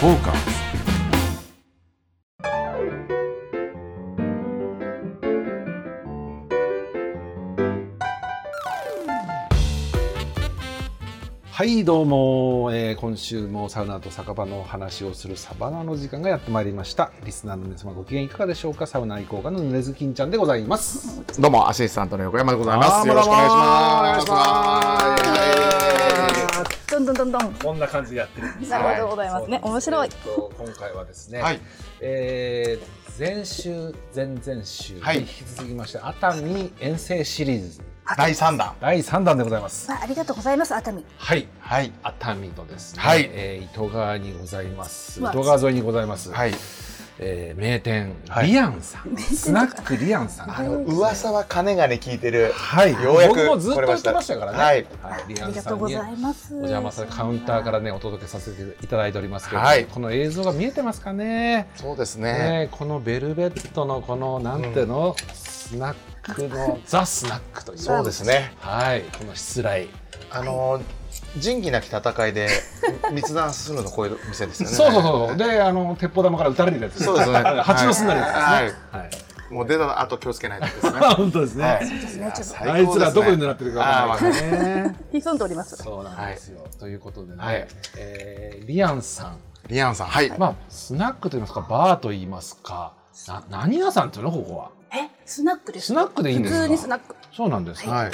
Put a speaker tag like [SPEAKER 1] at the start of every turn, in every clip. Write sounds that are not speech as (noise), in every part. [SPEAKER 1] フォーカスはいどうも、えー今週もサウナと酒場のお話をするサバナの時間がやってまいりましたリスナーの皆様ご機嫌いかがでしょうかサウナ愛好家のぬれずきんちゃんでございます
[SPEAKER 2] どうもアシスタントの横山でございま
[SPEAKER 1] あー
[SPEAKER 2] す。よろしくお願い
[SPEAKER 1] どうもお願い
[SPEAKER 2] します。
[SPEAKER 1] しま
[SPEAKER 2] は
[SPEAKER 3] どんどんどんどん。
[SPEAKER 1] こんな感じでやってるんです
[SPEAKER 3] なるほどございますね。面白い。
[SPEAKER 1] えっと今回はですね、
[SPEAKER 2] はい
[SPEAKER 1] えー前週前々週に
[SPEAKER 2] はい
[SPEAKER 1] 引き続きまして、熱海遠征シリーズ
[SPEAKER 2] い第三弾。
[SPEAKER 1] 第3弾でございます
[SPEAKER 3] あ、ありがとうございます。熱海。
[SPEAKER 1] はい
[SPEAKER 2] はい
[SPEAKER 1] 熱海のですね、
[SPEAKER 2] はい
[SPEAKER 1] えー糸川にございます
[SPEAKER 3] うわ
[SPEAKER 1] 糸川沿いにございます、
[SPEAKER 2] はい。
[SPEAKER 1] えー名店、
[SPEAKER 2] はい
[SPEAKER 1] リアンさんスナックリアンさん
[SPEAKER 3] あの
[SPEAKER 2] 噂は金がね聞いてる。
[SPEAKER 1] はい
[SPEAKER 2] ようやく
[SPEAKER 1] 僕もずっと
[SPEAKER 2] 来
[SPEAKER 1] 行
[SPEAKER 2] れま
[SPEAKER 1] っ
[SPEAKER 2] した
[SPEAKER 1] てましたからね、
[SPEAKER 2] はい
[SPEAKER 1] はい、リ
[SPEAKER 3] あ
[SPEAKER 1] アン
[SPEAKER 3] りが
[SPEAKER 1] さ
[SPEAKER 3] とうんご
[SPEAKER 1] に
[SPEAKER 3] ざいます。
[SPEAKER 1] お邪魔するカウンターからねお届けさせていただいておりますけれども、
[SPEAKER 2] はい
[SPEAKER 1] この映像が見えてますかね
[SPEAKER 2] そうですね。
[SPEAKER 1] ね、このベルベットのこのなんていうの、スナックのザ・スナックという
[SPEAKER 2] そうですね。
[SPEAKER 1] はいこのしつらい
[SPEAKER 2] あの仁義なき
[SPEAKER 1] (laughs)
[SPEAKER 2] 戦いで密談するのこういう店ですよね。
[SPEAKER 1] そうそうそうであの鉄砲玉から撃たれるやつ
[SPEAKER 2] そうですね
[SPEAKER 1] 蜂の巣になるやつですねはい、
[SPEAKER 2] う。もう出た後気をつけないとですね。
[SPEAKER 1] あ本当ですね、
[SPEAKER 2] はい
[SPEAKER 3] そうですね。ちょっ
[SPEAKER 2] 最高ですね
[SPEAKER 1] あいつらどこで狙ってるかわからないからね
[SPEAKER 3] と潜んでおります。
[SPEAKER 1] そうなんですよ、ということでね、
[SPEAKER 2] はい
[SPEAKER 1] えーリアンさん
[SPEAKER 2] リアンさん、はい。
[SPEAKER 1] まあスナックと言いますかバーと言いますかな何屋さんっていうのここは
[SPEAKER 3] え、スナックです。
[SPEAKER 1] スナックでいいんですか
[SPEAKER 3] 普通にスナック。
[SPEAKER 1] そうなんですね
[SPEAKER 2] はい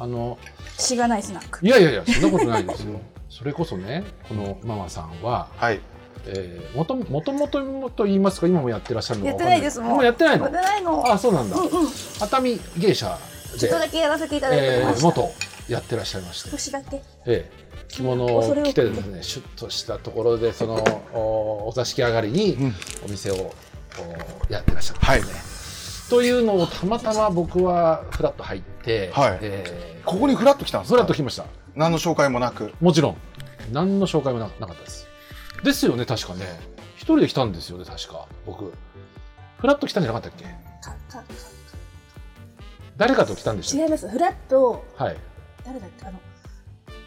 [SPEAKER 1] あの
[SPEAKER 3] しがないスナック。
[SPEAKER 1] いやいやいやそんなことないですよそれこそねこのママさんは
[SPEAKER 2] はい。
[SPEAKER 1] えー、もともともともと言いますか今もやってらっしゃるのか
[SPEAKER 3] やってないです
[SPEAKER 1] わかん
[SPEAKER 3] もう
[SPEAKER 1] もうやってない
[SPEAKER 3] やって
[SPEAKER 1] の
[SPEAKER 3] ないの。
[SPEAKER 1] あそうなんだ、
[SPEAKER 3] うんうん。
[SPEAKER 1] 熱海芸者
[SPEAKER 3] ちょ
[SPEAKER 1] で
[SPEAKER 3] っとだけやらせていただいており
[SPEAKER 1] え
[SPEAKER 3] ま
[SPEAKER 1] ー、
[SPEAKER 3] した。
[SPEAKER 1] 元やってらっしゃいまして
[SPEAKER 3] 少、しだけ。
[SPEAKER 1] ええ着物を着てですねシュッとしたところでそのおお座敷上がり
[SPEAKER 2] う
[SPEAKER 1] に
[SPEAKER 2] ん
[SPEAKER 1] お店を、おやってらっしゃるんですね、というのをたまたま僕はフラッと入って、
[SPEAKER 2] はい
[SPEAKER 1] え
[SPEAKER 2] ここにフラッと来たん
[SPEAKER 1] ー
[SPEAKER 2] です
[SPEAKER 1] フ
[SPEAKER 2] か。
[SPEAKER 1] ラッと来ました
[SPEAKER 2] 何の紹介もなく。
[SPEAKER 1] もちろん何の紹介もななかったですですよね確かね一人で来たんですよね確か僕フラッと来たんじゃなかったっけ
[SPEAKER 3] かかか
[SPEAKER 1] 誰かと来たんでした
[SPEAKER 3] 違います。フラット。
[SPEAKER 1] はい、
[SPEAKER 3] 誰だっけ。あの。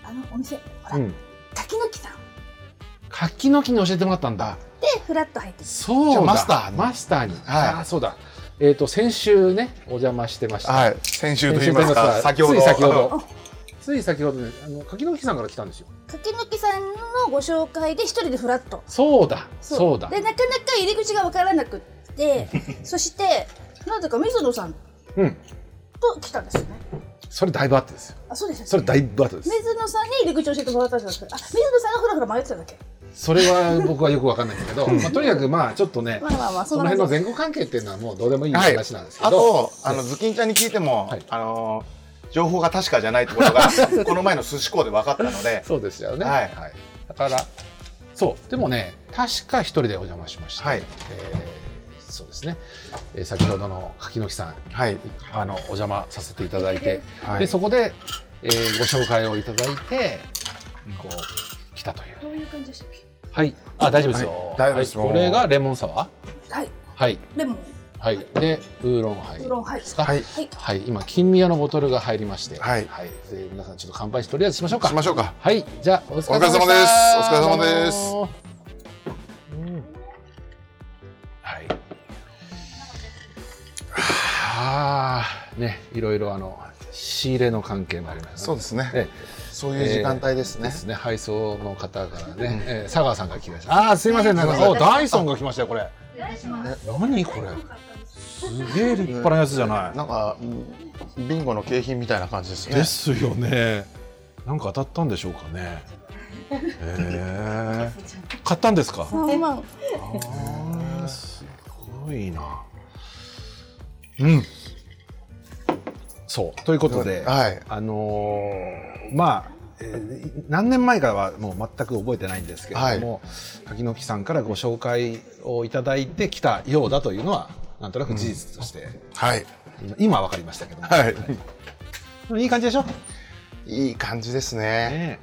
[SPEAKER 3] あのお店。ほら。
[SPEAKER 1] うん、
[SPEAKER 3] 滝の木さん。
[SPEAKER 1] 柿の木に教えてもらったんだ
[SPEAKER 3] で、フラット入ってき
[SPEAKER 1] そう
[SPEAKER 2] じ
[SPEAKER 1] だ
[SPEAKER 2] ゃあマスターに
[SPEAKER 1] マスターに、
[SPEAKER 2] はい
[SPEAKER 1] ああそうだえっ、と先週ねお邪魔してました、
[SPEAKER 2] はい。先週と言い
[SPEAKER 1] 先週
[SPEAKER 2] ますか。先ほ
[SPEAKER 1] つ
[SPEAKER 2] ど。
[SPEAKER 1] い先ほ
[SPEAKER 3] あ
[SPEAKER 1] どつい先ほどねあの柿の木さんから来たんですよ
[SPEAKER 3] た。滝の木さんのご紹介で一人でフラット。
[SPEAKER 1] そうだそうだ
[SPEAKER 3] でなかなか入り口が分からなく
[SPEAKER 1] (laughs)
[SPEAKER 3] って、そしてなぜか水野さん
[SPEAKER 1] うん
[SPEAKER 3] と来たんですよね。
[SPEAKER 1] それだいぶ後ですよ
[SPEAKER 3] あ、そうですよね。
[SPEAKER 1] それだいぶ後です
[SPEAKER 3] 水野さんに入り口教えてもらったんですよ。あ、水野さんがふらふら迷ってただけ。
[SPEAKER 1] それは僕はよくわかんないんだけど、まあ、とにかくまあちょっとね
[SPEAKER 3] まあまあまあ
[SPEAKER 1] そ
[SPEAKER 3] そ
[SPEAKER 1] の
[SPEAKER 3] んな
[SPEAKER 1] 辺
[SPEAKER 3] 感じ
[SPEAKER 1] の前後関係っていうのはもうどうでもいい
[SPEAKER 2] はい
[SPEAKER 1] 話なんですけど、
[SPEAKER 2] あと、あの、ズキンちゃんに聞いても、
[SPEAKER 1] はい
[SPEAKER 2] あの、情報が確かじゃないって
[SPEAKER 1] (laughs)
[SPEAKER 2] ことが、この前の寿司校で分かったので、
[SPEAKER 1] そうですよね、
[SPEAKER 2] はい
[SPEAKER 1] だからそうでもね確か一人でお邪魔しました、
[SPEAKER 2] はい
[SPEAKER 1] えーそうですね、えー先ほどの柿の木さん
[SPEAKER 2] はい。
[SPEAKER 1] あのお邪魔させていただいて、
[SPEAKER 2] はい
[SPEAKER 1] でそこで、えーご紹介をいただいてこう来たという
[SPEAKER 3] どういう感じでしたっけ。
[SPEAKER 1] はいあ大丈夫ですよ、
[SPEAKER 2] はい大丈夫です
[SPEAKER 1] はいこれがレモンサワー
[SPEAKER 3] はい。
[SPEAKER 1] はい
[SPEAKER 3] レモン、
[SPEAKER 1] はいでウーロンハイ
[SPEAKER 3] ウーロンハイ
[SPEAKER 1] ですか
[SPEAKER 2] はい。
[SPEAKER 3] はい。
[SPEAKER 1] はい、今金宮のボトルが入りまして、
[SPEAKER 2] はい
[SPEAKER 1] で皆さんちょっと乾杯しとりあえずしましょうか。
[SPEAKER 2] しましょうか。
[SPEAKER 1] はい、じゃあお疲れ様
[SPEAKER 2] お疲れ様
[SPEAKER 1] で
[SPEAKER 2] ですす。お疲れ様です
[SPEAKER 1] どうも。うんはい。ああ、ね、いろいろあの仕入れの関係もあります、
[SPEAKER 2] そうですね。
[SPEAKER 1] え
[SPEAKER 2] そういう時間帯です
[SPEAKER 1] えで
[SPEAKER 2] ね。
[SPEAKER 1] すね、配送の方からね、えー佐川さんが来ました。ああ、すいません、なん
[SPEAKER 3] すい
[SPEAKER 1] か、
[SPEAKER 3] ませ
[SPEAKER 1] お、
[SPEAKER 3] ん
[SPEAKER 1] ダイソンが来ましたよ、これ。何これ。すげえ立派なやつじゃない。
[SPEAKER 2] なんか、うんビンゴの景品みたいな感じですね。
[SPEAKER 1] ですよね。なんか当たったんでしょうかね。ええ買ったんですか。
[SPEAKER 3] 三万。
[SPEAKER 1] すごいな。うん。そうということで、
[SPEAKER 2] はい
[SPEAKER 1] あのーまあ。えー何年前かはもう全く覚えてないんですけれども、柿の木さんからご紹介をいただいてきたようだというのはなんとなく事実として、
[SPEAKER 2] はい。
[SPEAKER 1] 今今は分かりましたけども、
[SPEAKER 2] はい。
[SPEAKER 1] い、い感じでしょ、
[SPEAKER 2] いい感じですね。
[SPEAKER 1] ね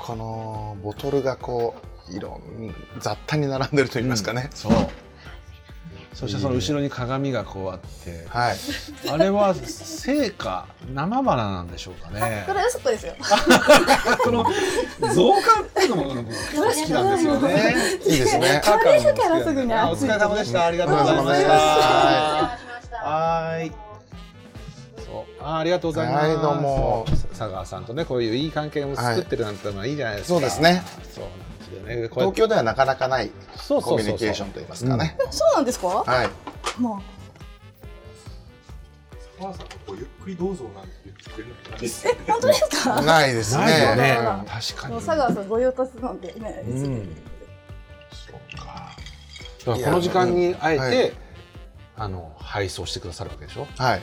[SPEAKER 2] このボトルがこう、いろん雑多に並んでると言いますかね。
[SPEAKER 1] そう。そしてその後ろに鏡がこうあって、
[SPEAKER 2] はい。
[SPEAKER 1] あれは生花生花なんでしょうかね
[SPEAKER 3] こ。れはちょっとですよ。
[SPEAKER 1] この造花っていうのも
[SPEAKER 3] よろし
[SPEAKER 1] きなんですよ (laughs) ね。
[SPEAKER 2] いいですね。
[SPEAKER 3] 食べるからすぐに
[SPEAKER 1] あお疲
[SPEAKER 3] 暑い
[SPEAKER 1] れ様でした。ありがとうございま
[SPEAKER 2] お疲れ様で
[SPEAKER 1] し
[SPEAKER 2] した
[SPEAKER 1] た。
[SPEAKER 2] は
[SPEAKER 1] はーい。そうあーありがとうございます。
[SPEAKER 2] はいどうも
[SPEAKER 1] そう佐川さんとねこういういい関係を作ってるなんてのはいいじゃないですか。
[SPEAKER 2] はいそうですね。
[SPEAKER 1] そうなんですよね。こうやっ
[SPEAKER 2] 東
[SPEAKER 1] て
[SPEAKER 2] 京ではなかなかない
[SPEAKER 1] そうそ
[SPEAKER 2] コ
[SPEAKER 1] うそうそう
[SPEAKER 2] ミュニケーションといいますかね。
[SPEAKER 3] そうなんですか
[SPEAKER 2] はい。
[SPEAKER 3] も
[SPEAKER 4] 母さんとこうゆっくりどうぞなんて言ってくれるのないです
[SPEAKER 3] うえ本当ですか
[SPEAKER 2] ないですね。
[SPEAKER 1] ないよね
[SPEAKER 2] うん。
[SPEAKER 1] 確か
[SPEAKER 3] も
[SPEAKER 1] に。
[SPEAKER 3] う佐川さん御用達なんでね
[SPEAKER 1] うん。
[SPEAKER 4] そうか。
[SPEAKER 1] だからこの時間にあえて、
[SPEAKER 2] いや
[SPEAKER 1] あの配送してくださるわけでしょ。
[SPEAKER 2] はい。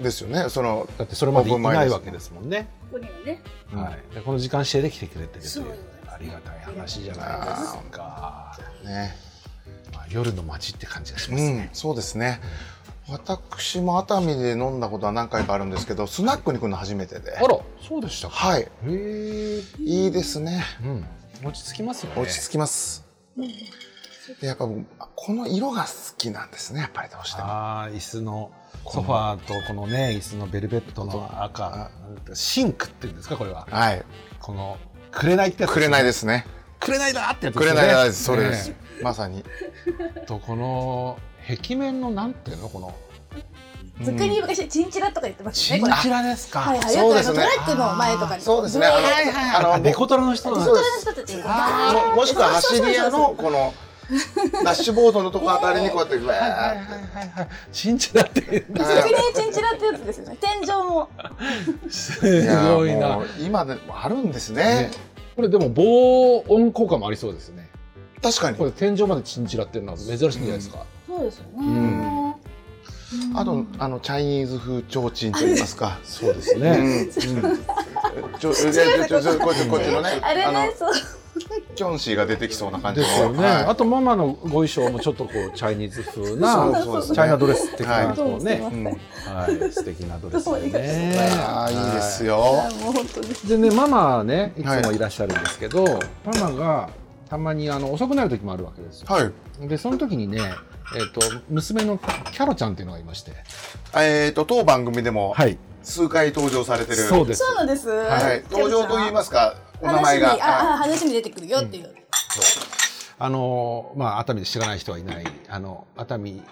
[SPEAKER 2] ですよね。その
[SPEAKER 1] だってそれまでい
[SPEAKER 2] オープン
[SPEAKER 1] ない
[SPEAKER 2] 前です
[SPEAKER 1] わけですもんね。
[SPEAKER 3] ここにはね
[SPEAKER 2] うん
[SPEAKER 1] はい。でこの時間指定で来てくれてると
[SPEAKER 3] そ
[SPEAKER 1] いうう
[SPEAKER 3] です
[SPEAKER 1] ありがたい話じゃないですか。
[SPEAKER 2] ね。
[SPEAKER 1] まあ、夜の街って感じがしま
[SPEAKER 2] う
[SPEAKER 1] すね。
[SPEAKER 2] ん。そうですね。私も熱海で飲んだことは何回かあるんですけど、スナックに来るの初めてで。
[SPEAKER 1] あら、そうでしたか。
[SPEAKER 2] はい。
[SPEAKER 1] へえ。
[SPEAKER 2] いいですね。
[SPEAKER 1] うん。落ち着きますよね。
[SPEAKER 2] 落ち着きます。でやっぱもうこの色が好きなんですね。やっぱりどうしても。
[SPEAKER 1] ああ、椅子のソファーとこのね、椅子のベルベットの赤。シンクって言うんですか、これは。
[SPEAKER 2] はい。
[SPEAKER 1] この。くれないってやつ、。
[SPEAKER 2] くれないですすね。
[SPEAKER 1] くれないだってやつ
[SPEAKER 2] く
[SPEAKER 1] す
[SPEAKER 2] れ
[SPEAKER 1] よね、
[SPEAKER 2] ないです。それです
[SPEAKER 1] ね。
[SPEAKER 2] まさに。
[SPEAKER 1] と、この壁面のなんていうの、この。
[SPEAKER 3] ずっくりに昔チンチラとか言ってました
[SPEAKER 1] チン
[SPEAKER 3] ねこれ
[SPEAKER 1] チラですか。
[SPEAKER 3] はいはい
[SPEAKER 2] そうです
[SPEAKER 3] よく
[SPEAKER 2] ね
[SPEAKER 3] あのトラックの前とかに
[SPEAKER 2] そうですね。
[SPEAKER 3] ブ
[SPEAKER 2] あ
[SPEAKER 3] レー
[SPEAKER 2] の
[SPEAKER 3] ド
[SPEAKER 1] あの、
[SPEAKER 2] あの
[SPEAKER 1] デコトラの人なん
[SPEAKER 2] そう
[SPEAKER 1] で。
[SPEAKER 2] です
[SPEAKER 3] 人たち
[SPEAKER 2] ももしくは走り屋のこのダッシュボードのとこあたりにこうやってうわーって
[SPEAKER 1] はいはい。チンチラって言うんだ。
[SPEAKER 3] スクリーンチンチラってやつですよね天井も
[SPEAKER 1] す
[SPEAKER 2] や
[SPEAKER 1] ごい
[SPEAKER 2] ー
[SPEAKER 1] な
[SPEAKER 2] もう。今でもあるんですね
[SPEAKER 1] ねこれでも防音効果もありそうですね。
[SPEAKER 2] 確かに
[SPEAKER 1] これ天井までチンチラっていうのは珍しいんじゃないですか。
[SPEAKER 3] そうですよ
[SPEAKER 2] ん
[SPEAKER 3] ねうん
[SPEAKER 2] あとあのチャイニーズ風提灯といいますか
[SPEAKER 1] そうです (laughs)
[SPEAKER 2] う
[SPEAKER 1] ね。
[SPEAKER 2] んちょちょちょちょちょこっちこっちのね
[SPEAKER 3] あれ
[SPEAKER 2] あの
[SPEAKER 3] ねそう
[SPEAKER 2] キョンシーが出てきそうな感じ
[SPEAKER 1] で
[SPEAKER 2] の
[SPEAKER 1] すよね。
[SPEAKER 2] はい
[SPEAKER 1] あとママのご衣装もちょっとこうチャイニーズ風
[SPEAKER 2] そう
[SPEAKER 1] な
[SPEAKER 2] そうです
[SPEAKER 1] チ
[SPEAKER 2] ね
[SPEAKER 1] ャイナドレス的な
[SPEAKER 2] はい
[SPEAKER 1] こう
[SPEAKER 3] どう
[SPEAKER 1] ね、
[SPEAKER 2] うん
[SPEAKER 1] はい、素敵なドレスで
[SPEAKER 3] どうもあ
[SPEAKER 1] ね
[SPEAKER 3] りがとうございます。
[SPEAKER 2] あーいいですよ
[SPEAKER 3] あもう本当に
[SPEAKER 1] でねママはねいつもいらっしゃるんですけど、ママがたまにあの遅くなる時もあるわけですよ。
[SPEAKER 2] はい
[SPEAKER 1] でその時にね、えっ、と娘のキャロちゃんっていうのがいまして、
[SPEAKER 2] えーと当番組でも
[SPEAKER 1] い、
[SPEAKER 2] 数回登場されてる
[SPEAKER 1] そうです
[SPEAKER 3] (laughs) そ。うなんです
[SPEAKER 2] はい登場といいますかお名前
[SPEAKER 3] 話にああ
[SPEAKER 2] が
[SPEAKER 3] 話に出てくるよっていう
[SPEAKER 1] あのまあ熱海で知らない人はいないあの熱海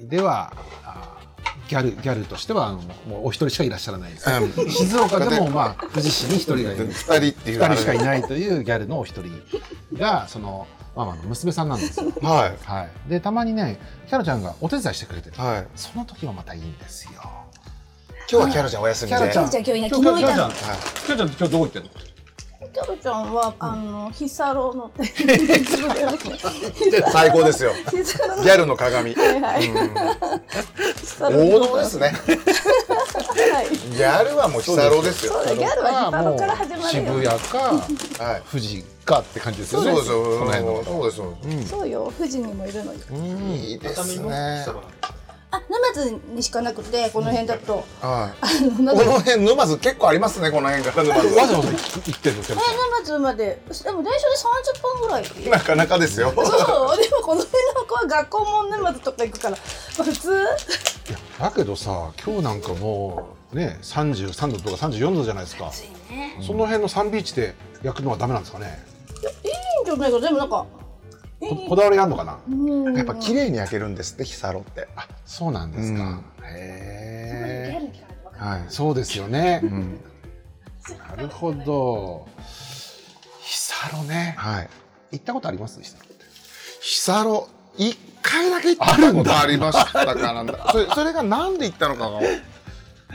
[SPEAKER 1] ではあギャルギャルとしてはあのもうお一人しかいらっしゃらないです
[SPEAKER 2] う、ん
[SPEAKER 1] 静岡でもまあ富士市に一人がいる
[SPEAKER 2] 二人っていう
[SPEAKER 1] 二人しかいないというギャルのお一人がそのママの娘さんなんですよ
[SPEAKER 2] は
[SPEAKER 1] はいでたまにねキャロちゃんがお手伝いしてくれてる
[SPEAKER 2] いはい
[SPEAKER 1] その時はまたいいんですよ
[SPEAKER 2] 今日はキャロちゃんお休みで
[SPEAKER 1] キャロちゃん
[SPEAKER 3] じゃあ今日いない
[SPEAKER 1] 今日
[SPEAKER 3] 昨日いたの
[SPEAKER 1] キ
[SPEAKER 2] はい
[SPEAKER 1] ャロちゃん今日どこ行ってんの
[SPEAKER 3] キョロちゃんはあのヒサロの
[SPEAKER 2] 最高 (laughs) ですよ。
[SPEAKER 3] ヒサロの
[SPEAKER 2] ギャルの鏡。
[SPEAKER 3] はいはいヒサロの
[SPEAKER 2] 王道ですね。
[SPEAKER 3] はい
[SPEAKER 2] ギャルはもうヒサロですよ。
[SPEAKER 3] そうだギャルはヒサロから始まる
[SPEAKER 1] 渋
[SPEAKER 3] よ
[SPEAKER 1] 谷か
[SPEAKER 2] はい。
[SPEAKER 1] 富士かって感じです
[SPEAKER 2] そ
[SPEAKER 1] よ
[SPEAKER 2] う
[SPEAKER 1] ね
[SPEAKER 2] ですよ。
[SPEAKER 1] この辺の
[SPEAKER 2] そうですよ。
[SPEAKER 3] そうよ富士にもいるのよ
[SPEAKER 1] うん
[SPEAKER 2] いいです
[SPEAKER 4] も
[SPEAKER 2] ね。
[SPEAKER 3] あ沼津にしかなくてこの辺だと
[SPEAKER 2] はい。
[SPEAKER 3] あ (laughs) のなん
[SPEAKER 2] こ
[SPEAKER 3] か
[SPEAKER 2] の辺沼津結構ありますね。この辺から沼 (laughs)
[SPEAKER 1] わざ
[SPEAKER 2] 津。
[SPEAKER 1] わざ行ってんのキャロちゃん
[SPEAKER 3] え沼津まででも電車で30分ぐらいそうで
[SPEAKER 2] なかなかです
[SPEAKER 3] (laughs)
[SPEAKER 2] よ。
[SPEAKER 3] もこの辺の子は学校も沼津とか行くから、まあ、普通
[SPEAKER 1] いやだけどさ今日なんかもうね33度とか34度じゃないですか、
[SPEAKER 3] いね
[SPEAKER 1] その辺のサンビーチで焼くのはダメなんですかね
[SPEAKER 3] いいんじゃないかでもなんか
[SPEAKER 1] ここだわりがあるのかな、
[SPEAKER 3] うん
[SPEAKER 2] やっぱ綺麗に焼けるんですってヒサロって。
[SPEAKER 1] あそうなんですか、へえ
[SPEAKER 2] はい。
[SPEAKER 1] そうですよね、
[SPEAKER 2] ん
[SPEAKER 1] なるほどヒサロね
[SPEAKER 2] はい。
[SPEAKER 1] 行ったことありますヒサロって
[SPEAKER 2] ヒサロ一回だけ行ったことありましたからね。それそれがなんで行ったのかが。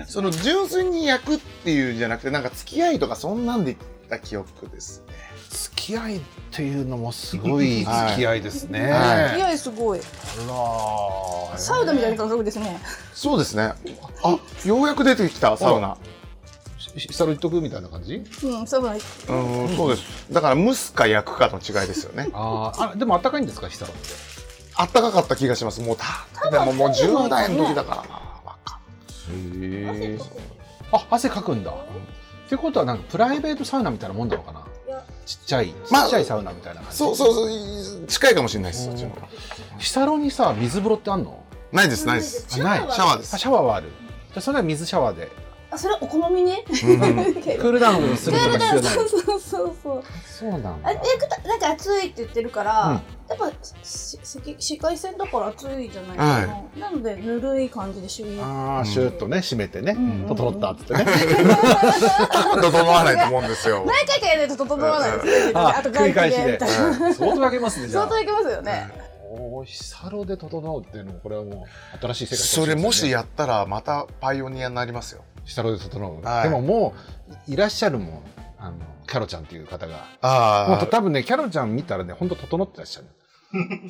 [SPEAKER 2] その純粋に焼くっていうんじゃなくてなんか付き合いとかそんなんで行った記憶ですね。
[SPEAKER 1] 付き合いっていうのもすごい (laughs) 付き合いですね、
[SPEAKER 2] はい
[SPEAKER 3] いやすごい
[SPEAKER 1] あら
[SPEAKER 3] サウナみたいな感覚ですね
[SPEAKER 2] そうですね。あ、ようやく出てきたサウナ。
[SPEAKER 1] ヒサロ行っとくみたいな感じ。
[SPEAKER 3] うんサウナ行っ
[SPEAKER 2] うん、そうです。だから蒸すか焼くかの違いですよね
[SPEAKER 1] あーあでも暖かいんですかヒサロって
[SPEAKER 2] あったかかった気がします。もうた、でももう10代の時だからな。わか
[SPEAKER 1] へえ。あ、汗かくんだ。ってことはなんかプライベートサウナみたいなもんなのかな。ちっちゃい、ち
[SPEAKER 2] まあ
[SPEAKER 1] っちゃいサウナみたいな感
[SPEAKER 2] ん
[SPEAKER 1] じ。
[SPEAKER 2] そうそうそう、近いかもしれないです。そっちの方が
[SPEAKER 1] ヒサロにさ、水風呂ってあんの？
[SPEAKER 2] ないです、ないです。
[SPEAKER 1] あない。
[SPEAKER 2] シ
[SPEAKER 1] シ
[SPEAKER 2] ャワーです。
[SPEAKER 1] ャワーはある。じゃあそれは水シャワーで
[SPEAKER 3] あそれはお好みね
[SPEAKER 2] うん
[SPEAKER 3] (laughs)
[SPEAKER 1] ク
[SPEAKER 2] (laughs)
[SPEAKER 1] ールダウンするとか必要ない。
[SPEAKER 3] そうそうそうそう
[SPEAKER 2] そうなんだ
[SPEAKER 3] あえくたなんか暑いって言ってるから、
[SPEAKER 2] うん
[SPEAKER 3] やっぱしし紫外線だから暑いじゃないですか、なのでぬるい感じでシュー
[SPEAKER 1] ああシューッとね締めてね
[SPEAKER 3] うん
[SPEAKER 1] 整ったっつってね
[SPEAKER 2] 整わないと思うんですよ
[SPEAKER 3] 何回かやると整わないですね
[SPEAKER 1] あ
[SPEAKER 3] あと
[SPEAKER 1] 繰
[SPEAKER 3] 外
[SPEAKER 1] り返
[SPEAKER 3] 気
[SPEAKER 1] し
[SPEAKER 3] で
[SPEAKER 1] で
[SPEAKER 3] みたいな
[SPEAKER 1] (laughs) 相当上げますねじゃ
[SPEAKER 3] 相
[SPEAKER 1] あ
[SPEAKER 3] 当いけますよね、
[SPEAKER 1] おーヒサロで整うっていうのもこれはもう新しい世界か
[SPEAKER 2] そ
[SPEAKER 1] れ
[SPEAKER 2] れ
[SPEAKER 1] ない
[SPEAKER 2] も
[SPEAKER 1] ですね
[SPEAKER 2] しやったらまたパイオニアになりますよ
[SPEAKER 1] ヒサロで整う、
[SPEAKER 2] はい
[SPEAKER 1] でももういらっしゃるもんあのキャロちゃんっていう方がもうと
[SPEAKER 2] あ
[SPEAKER 1] 多分ねキャロちゃん見たらね本当整ってらっしゃる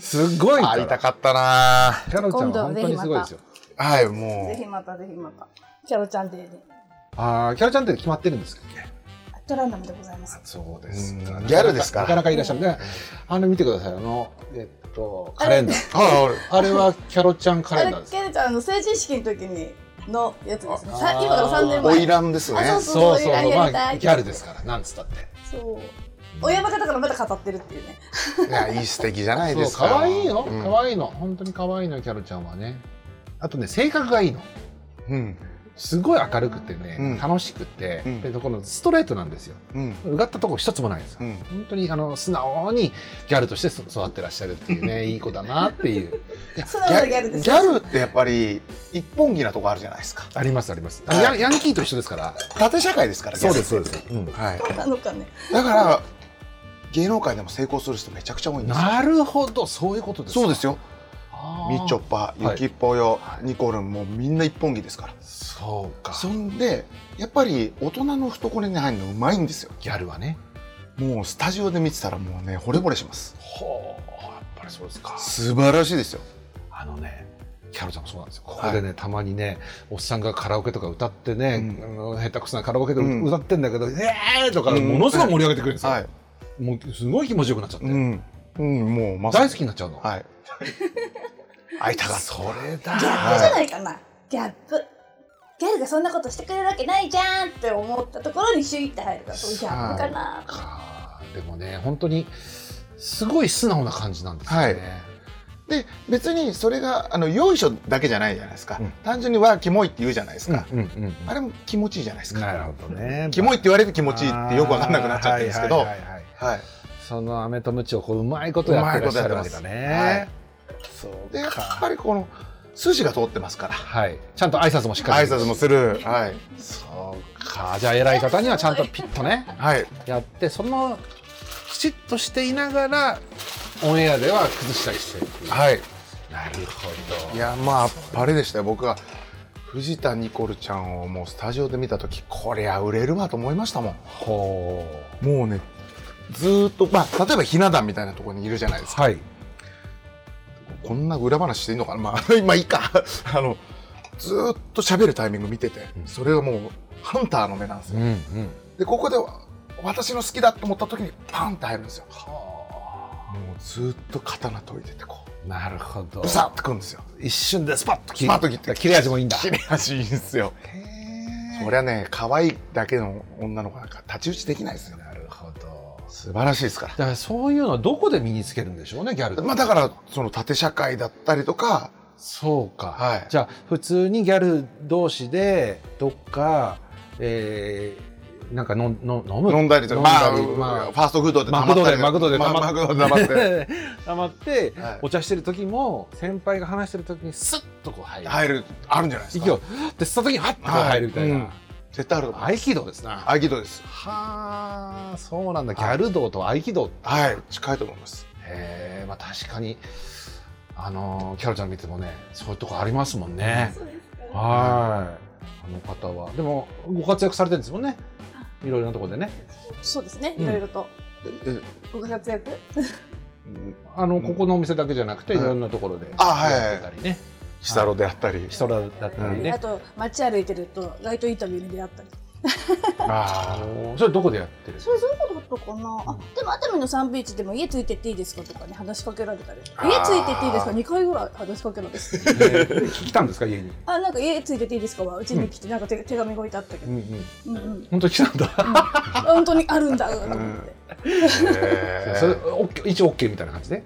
[SPEAKER 1] すごいか
[SPEAKER 2] 会い
[SPEAKER 1] ら
[SPEAKER 2] たかったなあ
[SPEAKER 1] キャロちゃんは本当にすごいですよ
[SPEAKER 2] はい
[SPEAKER 3] ぜ
[SPEAKER 2] も
[SPEAKER 3] ひまたぜひまたキャロちゃんデーで
[SPEAKER 1] あーキャロちゃんって決まってるんですか
[SPEAKER 3] アットランダムでございます
[SPEAKER 1] そうですギ
[SPEAKER 2] ギャルですか
[SPEAKER 1] なかなかいらっしゃるねあの見てくださいあのえっとカレンダー
[SPEAKER 2] うはい
[SPEAKER 1] あれはキャロちゃんカレ
[SPEAKER 3] あれ
[SPEAKER 1] ンダーです
[SPEAKER 3] キャロちゃんあの成人式の時にのやつですね
[SPEAKER 1] あ
[SPEAKER 3] さ今から3
[SPEAKER 2] 俺花
[SPEAKER 3] 年前
[SPEAKER 2] 魁ですね
[SPEAKER 3] あ
[SPEAKER 1] そう
[SPEAKER 3] そ
[SPEAKER 1] そうう
[SPEAKER 3] そう
[SPEAKER 1] ま
[SPEAKER 3] やりた
[SPEAKER 1] あ
[SPEAKER 3] い
[SPEAKER 1] ギャルですからなんつったって
[SPEAKER 3] そう親バカだからまだ語ってるっていうね
[SPEAKER 2] いやいい素敵じゃない
[SPEAKER 1] そ
[SPEAKER 2] で
[SPEAKER 1] う
[SPEAKER 2] すか
[SPEAKER 1] 可愛いよ
[SPEAKER 2] うん
[SPEAKER 1] 可愛いの本当に可愛いのキャロちゃんはねあとね性格がいいの
[SPEAKER 2] うん
[SPEAKER 1] すごい明るくてね、
[SPEAKER 2] うん
[SPEAKER 1] 楽しくて、
[SPEAKER 2] うん
[SPEAKER 1] でこのストレートなんですよ
[SPEAKER 2] うん
[SPEAKER 1] うがったとこ一つもないんですよ、
[SPEAKER 2] うん
[SPEAKER 1] 本当にあの素直にギャルとしてそ育ってらっしゃるっていう (laughs) ねいい子だなっていう
[SPEAKER 3] 素
[SPEAKER 2] ギ
[SPEAKER 3] 直なギャル
[SPEAKER 2] ャ
[SPEAKER 3] です
[SPEAKER 2] ギャルってやっぱり一本気なとこあるじゃないですか
[SPEAKER 1] ありますあります
[SPEAKER 2] はい
[SPEAKER 1] ヤンヤンキーと一緒ですから
[SPEAKER 2] 縦社会ですからギャル
[SPEAKER 1] そうです、うん
[SPEAKER 2] はい
[SPEAKER 3] そうなのかね
[SPEAKER 2] だから芸能界でも成功する人めちゃくちゃ多いんですよ
[SPEAKER 1] なるほどそういうことですか
[SPEAKER 2] そうですよ
[SPEAKER 1] あー
[SPEAKER 2] みちょぱ
[SPEAKER 1] はい
[SPEAKER 2] ゆきぽよニコルンもうみんな一本気ですから
[SPEAKER 1] そうか
[SPEAKER 2] そんでやっぱり大人の懐に入るのうまいんですよ
[SPEAKER 1] ギャルはね
[SPEAKER 2] もうスタジオで見てたらもうね惚れ惚れします
[SPEAKER 1] ほうやっぱりそうですか
[SPEAKER 2] 素晴らしいですよ
[SPEAKER 1] あのねキャロちゃんもそうなんですよここでね、たまにねおっさんがカラオケとか歌ってね、
[SPEAKER 2] う
[SPEAKER 1] あの下手くそなカラオケで
[SPEAKER 2] うん
[SPEAKER 1] 歌ってんだけど「えー!」とか
[SPEAKER 2] うん
[SPEAKER 1] ものすごい盛り上げてくれるんですよ、
[SPEAKER 2] はい
[SPEAKER 1] もうすごい気持ちよくなっちゃって、
[SPEAKER 2] うんうんもうま
[SPEAKER 1] 大好きになっちゃうの、
[SPEAKER 2] はい会いた (laughs) かった
[SPEAKER 1] それ
[SPEAKER 3] ギャ
[SPEAKER 1] だ
[SPEAKER 3] ップじゃないかな、ギャップギャルがそんなことしてくれるわけないじゃんって思ったところにシュイって入るからそういうギャップかな、
[SPEAKER 1] かでもね本当にすごい素直な感じなんですよね、
[SPEAKER 2] はいで別にそれがあのよいしょだけじゃないじゃないですか、
[SPEAKER 1] うん
[SPEAKER 2] 単純に「わあキモい」って言うじゃないですか、
[SPEAKER 1] うんうんうん
[SPEAKER 2] あれも気持ちいいじゃないですか
[SPEAKER 1] なるほどね
[SPEAKER 2] キモいって言われて気
[SPEAKER 1] 気
[SPEAKER 2] 持ちいいってよく分かんなくなっちゃってるんですけど、はい
[SPEAKER 1] その飴とムチをこううまいことやってらっしゃるわけだ
[SPEAKER 2] うまいことやって
[SPEAKER 1] ね、そう
[SPEAKER 2] でやっ
[SPEAKER 1] か
[SPEAKER 2] ぱりこの筋が通ってますから
[SPEAKER 1] はいちゃんと挨拶もしっか
[SPEAKER 2] 挨
[SPEAKER 1] り
[SPEAKER 2] 拶もするはい、
[SPEAKER 1] そうかじゃあ偉い方にはちゃんとピッとね
[SPEAKER 2] はい、
[SPEAKER 1] やってそのきちっとしていながらオンエアでは崩したりしてるっていう
[SPEAKER 2] はい、
[SPEAKER 1] なるほど
[SPEAKER 2] いやまああっぱれでしたよ僕は藤田ニコルちゃんをもうスタジオで見た時こりゃ売れるわと思いましたもん
[SPEAKER 1] ほう
[SPEAKER 2] もうねずーっとまあ例えばひな壇みたいなところにいるじゃないですか
[SPEAKER 1] はい
[SPEAKER 2] こんな裏話していいのかな、まあ、 (laughs) 今いいかあのずーっと喋るタイミング見てて
[SPEAKER 1] うん
[SPEAKER 2] それがもうハンターの目なんです
[SPEAKER 1] う
[SPEAKER 2] よ
[SPEAKER 1] んうん
[SPEAKER 2] でここでわ私の好きだと思った時にパンって入るんですよもうずーっと刀研いでてこ
[SPEAKER 1] なるほど
[SPEAKER 2] うブサッてくるんですよ
[SPEAKER 1] 一瞬でスパッと切
[SPEAKER 2] スパッと切って
[SPEAKER 1] 切れ味もいいんだ
[SPEAKER 2] 切れ味いいんですよそりゃね可愛いだけの女の子なんか太刀打ちできないですよ
[SPEAKER 1] なるほど
[SPEAKER 2] 素晴らしいですから
[SPEAKER 1] だからそういうのはどこで身につけるんでしょうねギャルって
[SPEAKER 2] まあだからその縦社会だったりとか
[SPEAKER 1] そうか、
[SPEAKER 2] はい
[SPEAKER 1] じゃあ普通にギャル同士でどっか、えー、なんかのんの飲む
[SPEAKER 2] 飲んだりとかまあファーストフードで
[SPEAKER 1] マクドで
[SPEAKER 2] マ
[SPEAKER 1] マク
[SPEAKER 2] クド
[SPEAKER 1] ドで
[SPEAKER 2] でまあ
[SPEAKER 1] 黙
[SPEAKER 2] マ
[SPEAKER 1] っ
[SPEAKER 2] クドで黙っ
[SPEAKER 1] て
[SPEAKER 2] て
[SPEAKER 1] (laughs) 黙って、
[SPEAKER 2] はい
[SPEAKER 1] お茶してる時も先輩が話してる時にスッとこう入る、
[SPEAKER 2] 入るあるんじゃないですか
[SPEAKER 1] 息をふって吸った時にハッとこう入るみたいな、
[SPEAKER 2] はいうん絶対あると思う
[SPEAKER 1] 合気道ですな
[SPEAKER 2] 合気道です
[SPEAKER 1] はあそうなんだギャル道と合気道って
[SPEAKER 2] はい近いと思います
[SPEAKER 1] へえまあ確かにあのーキャロちゃん見てもねそういうとこありますもんね
[SPEAKER 3] そうですか
[SPEAKER 1] はいあの方はでもご活躍されてるんですもんねいろいろなところでね
[SPEAKER 3] そうですね
[SPEAKER 1] うん
[SPEAKER 3] いろいろと
[SPEAKER 2] え
[SPEAKER 3] ご活躍
[SPEAKER 1] あのここのお店だけじゃなくてい
[SPEAKER 2] うん
[SPEAKER 1] ろんなところで
[SPEAKER 2] あはい
[SPEAKER 1] やってたりね
[SPEAKER 2] シタロであったり
[SPEAKER 1] 人だだったり
[SPEAKER 3] あ
[SPEAKER 1] ね
[SPEAKER 3] と街歩いてると街頭インタビューに出会ったり
[SPEAKER 1] あ
[SPEAKER 2] あ
[SPEAKER 1] のーそれどこでやってる
[SPEAKER 3] それそういうことかなあでも熱海のサンビーチでも家ついてっていいですかとかね話しかけられたり家
[SPEAKER 2] あー
[SPEAKER 3] ついてっていいですか2回ぐらい話しかけられ
[SPEAKER 1] (laughs)
[SPEAKER 3] て
[SPEAKER 1] ね来たんですか家に
[SPEAKER 3] あなんか家ついてっていいですかはうちに来てなんか手手紙が置いてあったけ
[SPEAKER 1] う
[SPEAKER 3] ど
[SPEAKER 1] んうん
[SPEAKER 3] うんうん
[SPEAKER 1] 本当に来たんだ
[SPEAKER 3] 本当にあるんだと思って
[SPEAKER 2] あ
[SPEAKER 1] それオッケー一応 OK みたいな感じで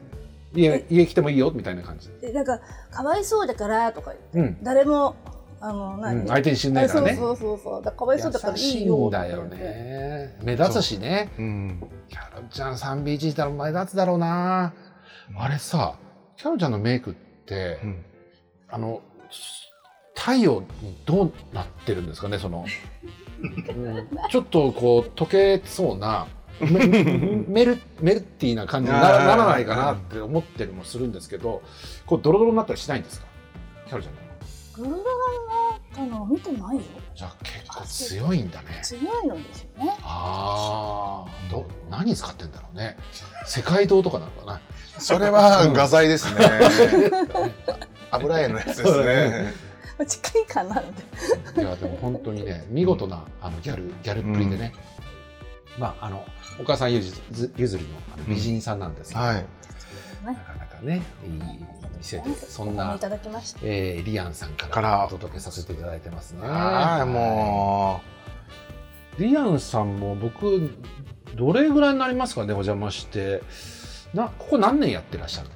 [SPEAKER 1] 家家来てもいいよみたいな感じ
[SPEAKER 3] でなんかかわいそうだからとか言って
[SPEAKER 1] うん
[SPEAKER 3] 誰もあの
[SPEAKER 1] う
[SPEAKER 3] 何、
[SPEAKER 1] ん、相手に死んないからね
[SPEAKER 3] そうそうそうそうだからかわいそうだからい
[SPEAKER 1] 優し
[SPEAKER 3] い
[SPEAKER 1] い
[SPEAKER 3] よ
[SPEAKER 1] んだよね目立つしね
[SPEAKER 2] うん
[SPEAKER 1] キャロルちゃん 3B1 いたら目立つだろうなあれさキャロルちゃんのメイクって、
[SPEAKER 2] うん
[SPEAKER 1] あの太陽にどうなってるんですかねその、うんちょっとこう溶けそうなメメルメルティーな感じにな
[SPEAKER 2] あー
[SPEAKER 1] ならないかなって思ってるもするんですけどこうドロドロになったりしないんですかキャロルちゃんの
[SPEAKER 3] グルラガンの見てないよ
[SPEAKER 1] じゃあ結構強いんだね
[SPEAKER 3] 強いのですよね
[SPEAKER 1] ああど何使ってんだろうね世界堂とかなのかな
[SPEAKER 2] それは画材です (laughs) ね油絵のやつですね
[SPEAKER 3] 近いかなって
[SPEAKER 1] いやでも本当にね見事なあのギャルギャルっぷりでね、まああのお母さんゆずゆずりのあの美人さんなんですけど、
[SPEAKER 2] はい
[SPEAKER 1] なかなかねいい店でそん
[SPEAKER 3] い
[SPEAKER 1] な、
[SPEAKER 3] ただきました
[SPEAKER 1] えー、リアンさんか
[SPEAKER 2] からら
[SPEAKER 1] お届けさせていただいてますね
[SPEAKER 2] はいも
[SPEAKER 1] うリアンさんも僕どれぐらいになりますかねお邪魔してなここ何年やってらっしゃるの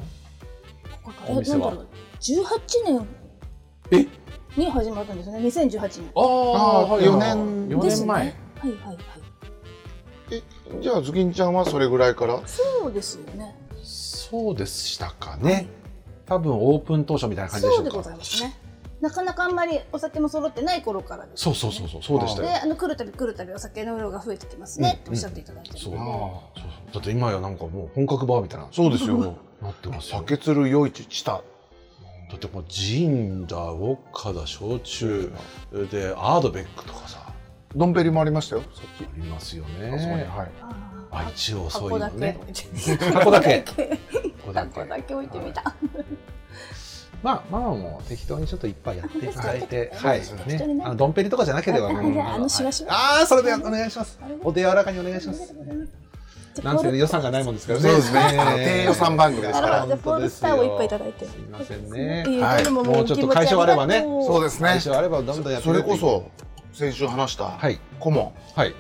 [SPEAKER 1] お店は
[SPEAKER 3] なんだろう18
[SPEAKER 1] え
[SPEAKER 3] 年に始まったんですね2018年
[SPEAKER 1] あ
[SPEAKER 2] あーはいはいはい
[SPEAKER 1] 4年前、
[SPEAKER 3] ですねはいはいはいう
[SPEAKER 2] じゃあズキンちゃんはそれぐらいから
[SPEAKER 3] そうですよね
[SPEAKER 1] そうでしたかね多分オープン当初みたいな感じでし
[SPEAKER 3] そ
[SPEAKER 1] ょう
[SPEAKER 3] うで
[SPEAKER 1] か
[SPEAKER 3] ございますねなかなかあんまりお酒も揃ってない頃からです
[SPEAKER 1] そうそうそうそうそうでしたよ
[SPEAKER 3] であの来るたび来るたびお酒の量が増えてきますねっておっしゃっていただいてるんで、
[SPEAKER 1] そう
[SPEAKER 2] あ
[SPEAKER 1] そうそうだって今やなんかもう本格バーみたいな
[SPEAKER 2] そうですよ
[SPEAKER 1] なってますよ
[SPEAKER 2] (laughs) 酒鶴夜市チタ
[SPEAKER 1] だってもうジンだウォッカだ焼酎でアードベックとかさ
[SPEAKER 2] ドンペリもありましたよ
[SPEAKER 1] さっきありますよ
[SPEAKER 2] あそこに
[SPEAKER 1] ね
[SPEAKER 2] はい
[SPEAKER 3] あー
[SPEAKER 1] あ一応そういうの
[SPEAKER 3] 箱だけ
[SPEAKER 1] ね
[SPEAKER 3] 置いて (laughs)
[SPEAKER 1] 箱だけ
[SPEAKER 3] 箱だけ箱だけ置いてみた
[SPEAKER 1] まあママも適当にちょっといっぱいやっていただいて
[SPEAKER 2] はい
[SPEAKER 3] 適当にね
[SPEAKER 1] あのドンペリとかじゃなければ
[SPEAKER 3] あ
[SPEAKER 1] もう
[SPEAKER 3] じゃああのしわしわ
[SPEAKER 1] ああそれでお願いしますお手柔らかにお願いしますなんせ予算がないもんですからね
[SPEAKER 2] そうですね低予算番組です
[SPEAKER 3] な
[SPEAKER 2] か
[SPEAKER 3] る
[SPEAKER 2] ら
[SPEAKER 3] ほどじゃあポールスターをいっぱいいただいて
[SPEAKER 1] すいませんね
[SPEAKER 3] いえいえ
[SPEAKER 2] はい
[SPEAKER 3] でも
[SPEAKER 1] もうちょっと解消あればね
[SPEAKER 3] お気持ち
[SPEAKER 2] そう
[SPEAKER 3] ありがと
[SPEAKER 2] です
[SPEAKER 1] 最
[SPEAKER 2] ね
[SPEAKER 1] 初あればどんどんやって
[SPEAKER 2] それこそ先週話した
[SPEAKER 1] はい
[SPEAKER 2] 顧問
[SPEAKER 1] はい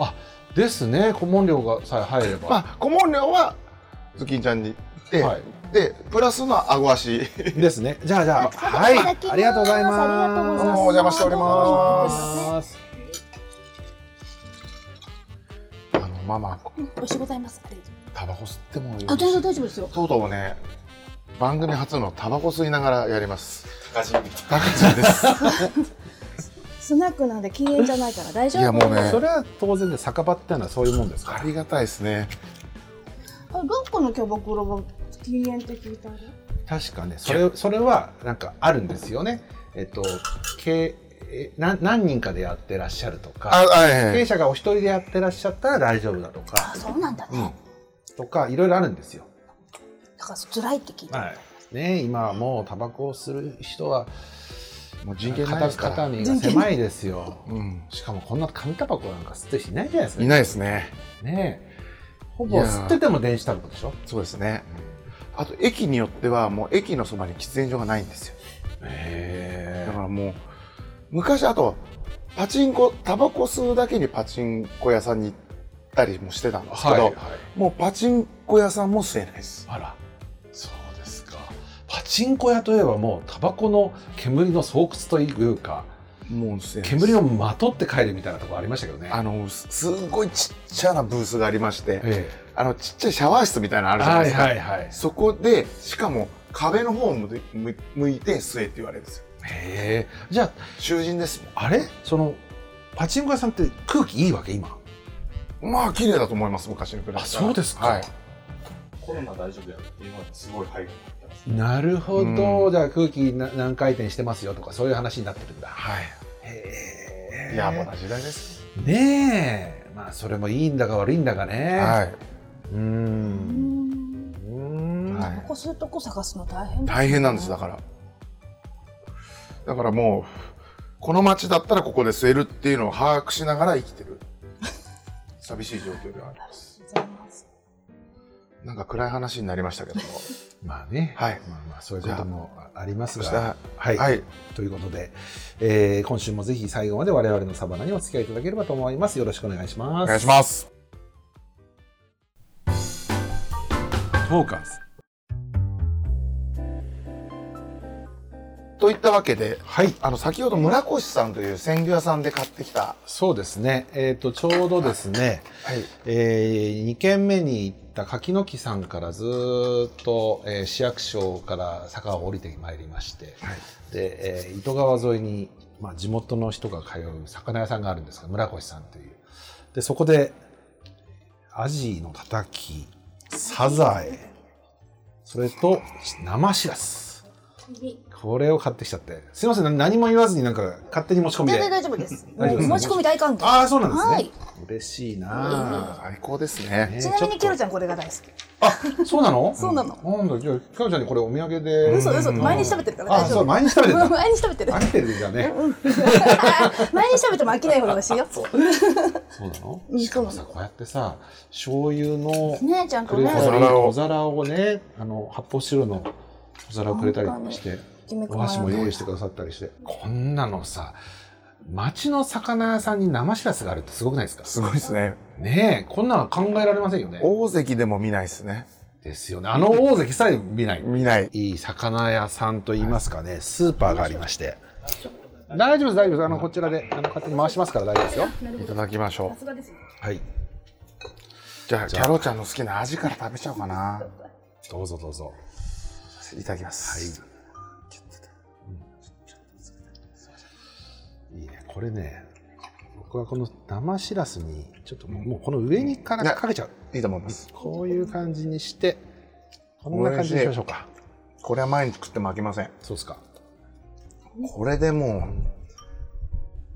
[SPEAKER 1] あですね顧問料がさえ入れば、
[SPEAKER 2] まあ顧問料はズキンちゃんにで
[SPEAKER 1] はい
[SPEAKER 2] でプラスの顎足
[SPEAKER 1] ですねじゃあじゃあはい
[SPEAKER 3] いただきます
[SPEAKER 1] ありがとうございます
[SPEAKER 3] ありがとうございます
[SPEAKER 2] お邪魔しておりますあのママ
[SPEAKER 3] 美味しゅうございますありがとう
[SPEAKER 2] タバコ吸ってもよ
[SPEAKER 3] あ
[SPEAKER 2] ろしい
[SPEAKER 3] 大丈夫大丈夫ですよ
[SPEAKER 2] とうとうね番組初のタバコ吸いながらやります
[SPEAKER 4] 高島みたい
[SPEAKER 2] 高橋です
[SPEAKER 3] スナックなんで禁煙じゃないから大丈夫
[SPEAKER 2] いやもうね
[SPEAKER 1] それは当然で酒場ってのはそういうもんですか
[SPEAKER 2] (laughs) ありがたいですね
[SPEAKER 3] あどこのキャバクラは禁煙って聞いたんだ
[SPEAKER 1] ら確かねそれそれはなんかあるんですよねえっと経えな何人かでやってらっしゃると
[SPEAKER 2] あ
[SPEAKER 1] か
[SPEAKER 2] は
[SPEAKER 1] 経
[SPEAKER 2] い
[SPEAKER 1] 営者がお一人でやってらっしゃったら大丈夫だとか
[SPEAKER 3] あそうなんだね、
[SPEAKER 1] とかいろいろあるんですよ
[SPEAKER 3] だから辛いって聞いた、
[SPEAKER 1] はいね今はもうタバコをする人は
[SPEAKER 2] もう人権ないですか
[SPEAKER 1] 肩
[SPEAKER 2] ら
[SPEAKER 1] 身が狭いですよ
[SPEAKER 2] うん
[SPEAKER 1] しかもこんな紙タバコなんか吸ってる人いないじゃないですか
[SPEAKER 2] いないですね
[SPEAKER 1] ねえほぼ吸ってても電子タバコでしょ
[SPEAKER 2] そうですねあと駅によってはもう駅のそばに喫煙所がないんですよ
[SPEAKER 1] へ
[SPEAKER 2] だからもう昔あとパチンコタバコ吸うだけにパチンコ屋さんに行ったりもしてたんですけど、
[SPEAKER 1] はい、はい、
[SPEAKER 2] もうパチンコ屋さんも吸えないです
[SPEAKER 1] あらそうですかパチンコ屋といえばもうタバコの煙の巣窟というか
[SPEAKER 2] もう吸えないです
[SPEAKER 1] 煙をまとって帰るみたいなところありましたけどね
[SPEAKER 2] あのすすごいちっちゃなブースがありまして、
[SPEAKER 1] え
[SPEAKER 2] あのちっちゃいシャワー室みたいなのあ
[SPEAKER 1] え
[SPEAKER 2] るじゃな
[SPEAKER 1] はい
[SPEAKER 2] いですか、
[SPEAKER 1] はいはい
[SPEAKER 2] そこでしかも壁の方を向い向い向いて吸えって言われるんですよ
[SPEAKER 1] へえじゃ
[SPEAKER 2] 囚人ですも
[SPEAKER 1] ああれそのパチンコ屋さんって空気いいわけ今
[SPEAKER 2] んまあ綺麗だと思います昔に比べたら
[SPEAKER 1] あそうですか
[SPEAKER 2] はい、
[SPEAKER 4] なコロナ大丈夫やって今すごい肺が鳴ってます
[SPEAKER 1] なるほど、
[SPEAKER 2] う
[SPEAKER 1] じゃあ空気な何回転してますよとかそういう話になってるんだ
[SPEAKER 2] はい、
[SPEAKER 1] へえ
[SPEAKER 2] いやまだ時代です、
[SPEAKER 1] ねえまあそれもいいんだか悪いんだかね、
[SPEAKER 2] はい、
[SPEAKER 1] うー
[SPEAKER 3] うんん
[SPEAKER 1] うーん
[SPEAKER 2] はい
[SPEAKER 3] ここそういうとこ探すの大変
[SPEAKER 2] 大変なんですだ
[SPEAKER 3] だ
[SPEAKER 2] からだからもうこの町だったらここで吸えるっていうのを把握しながら生きて
[SPEAKER 1] (laughs)
[SPEAKER 2] る寂しい状況ではあるなんか暗い話になりましたけど
[SPEAKER 1] まあね、
[SPEAKER 2] はい
[SPEAKER 1] まあまあそういうこともあります
[SPEAKER 2] じゃ
[SPEAKER 1] が、はい、
[SPEAKER 2] はい
[SPEAKER 1] ということで、えー今週もぜひ最後まで我々のサバナにお付き合いいただければと思います。よろしくお願いします。
[SPEAKER 2] お願いします
[SPEAKER 1] す。トーカーズ。
[SPEAKER 2] といったわけで、
[SPEAKER 1] はい
[SPEAKER 2] あの、先ほど村越さんという鮮魚屋さんで買ってきた、
[SPEAKER 1] そうですね、えー、とちょうどですね、
[SPEAKER 2] はい、
[SPEAKER 1] え2軒目に行った柿の木さんからずーっと、えー市役所から坂を降りてまいりまして、で、えー糸川沿いに、まあ、地元の人が通う魚屋さんがあるんですが村越さんというでそこでアジのたたきサザエそれと生しらすこれを買ってきちゃってすいませんな何も言わずになんか勝手に持ち込み
[SPEAKER 3] 全
[SPEAKER 1] で
[SPEAKER 3] 然大丈夫です。
[SPEAKER 1] 大丈夫です
[SPEAKER 3] 持ち込み大歓迎。
[SPEAKER 1] ああそうなんですね、
[SPEAKER 3] はい
[SPEAKER 1] 嬉しいなあ
[SPEAKER 2] 最高ですね。
[SPEAKER 1] ね
[SPEAKER 3] ちなみ
[SPEAKER 1] ち
[SPEAKER 3] にケ
[SPEAKER 1] ょ
[SPEAKER 3] ロ
[SPEAKER 1] っ
[SPEAKER 3] ちゃんこれが大好き。
[SPEAKER 1] とそうなの
[SPEAKER 3] そうなの
[SPEAKER 1] なんだじゃあかおちゃんにこれお土産で
[SPEAKER 3] 嘘嘘
[SPEAKER 1] うん
[SPEAKER 3] 毎日食べてるから
[SPEAKER 1] あ
[SPEAKER 3] 大丈夫
[SPEAKER 1] そう毎日食べて
[SPEAKER 3] (laughs)
[SPEAKER 1] る
[SPEAKER 3] 前に食べてる。
[SPEAKER 1] 飽きてるじゃね
[SPEAKER 3] (laughs) 前に食べても飽きないほど美味しいよ。
[SPEAKER 1] そうなの、
[SPEAKER 3] うん
[SPEAKER 1] しかもさこうやってさ醤油の
[SPEAKER 3] ねちゃんと
[SPEAKER 1] くれ
[SPEAKER 3] ね
[SPEAKER 1] た。
[SPEAKER 2] 小
[SPEAKER 1] り
[SPEAKER 2] 皿を
[SPEAKER 1] 小皿をねあの発泡スチロールの小皿をくれたりとかして
[SPEAKER 3] きめ
[SPEAKER 1] お
[SPEAKER 3] 細やか
[SPEAKER 1] 箸も用意してくださったりしてこんなのさ町の魚屋さんに生しらすがあるってすごくないですか
[SPEAKER 2] すごいですね。
[SPEAKER 1] ねえこんなの考えられませんよね
[SPEAKER 2] 大関でも見ないですね。
[SPEAKER 1] ですよねあの大関さえ見ない
[SPEAKER 2] 見ない。
[SPEAKER 1] いい魚屋さんといいますかね、スーパーがありまして大丈夫です大丈夫ですあのこちらであの勝手に回しますから大丈夫ですよ
[SPEAKER 2] いただきましょう。
[SPEAKER 1] はい
[SPEAKER 2] じゃあ、キャロちゃんの好きな味から食べちゃおうかな。
[SPEAKER 1] どうぞどうぞ
[SPEAKER 2] いただきます。
[SPEAKER 1] いいねこれね僕はこの生しらすにちょっともうもうこの上にからかけちゃう
[SPEAKER 2] いいと思います。
[SPEAKER 1] こういう感じにしてこんな感じにしましょうか
[SPEAKER 2] これは毎日食っても飽きません。
[SPEAKER 1] そうですか
[SPEAKER 2] これでもう、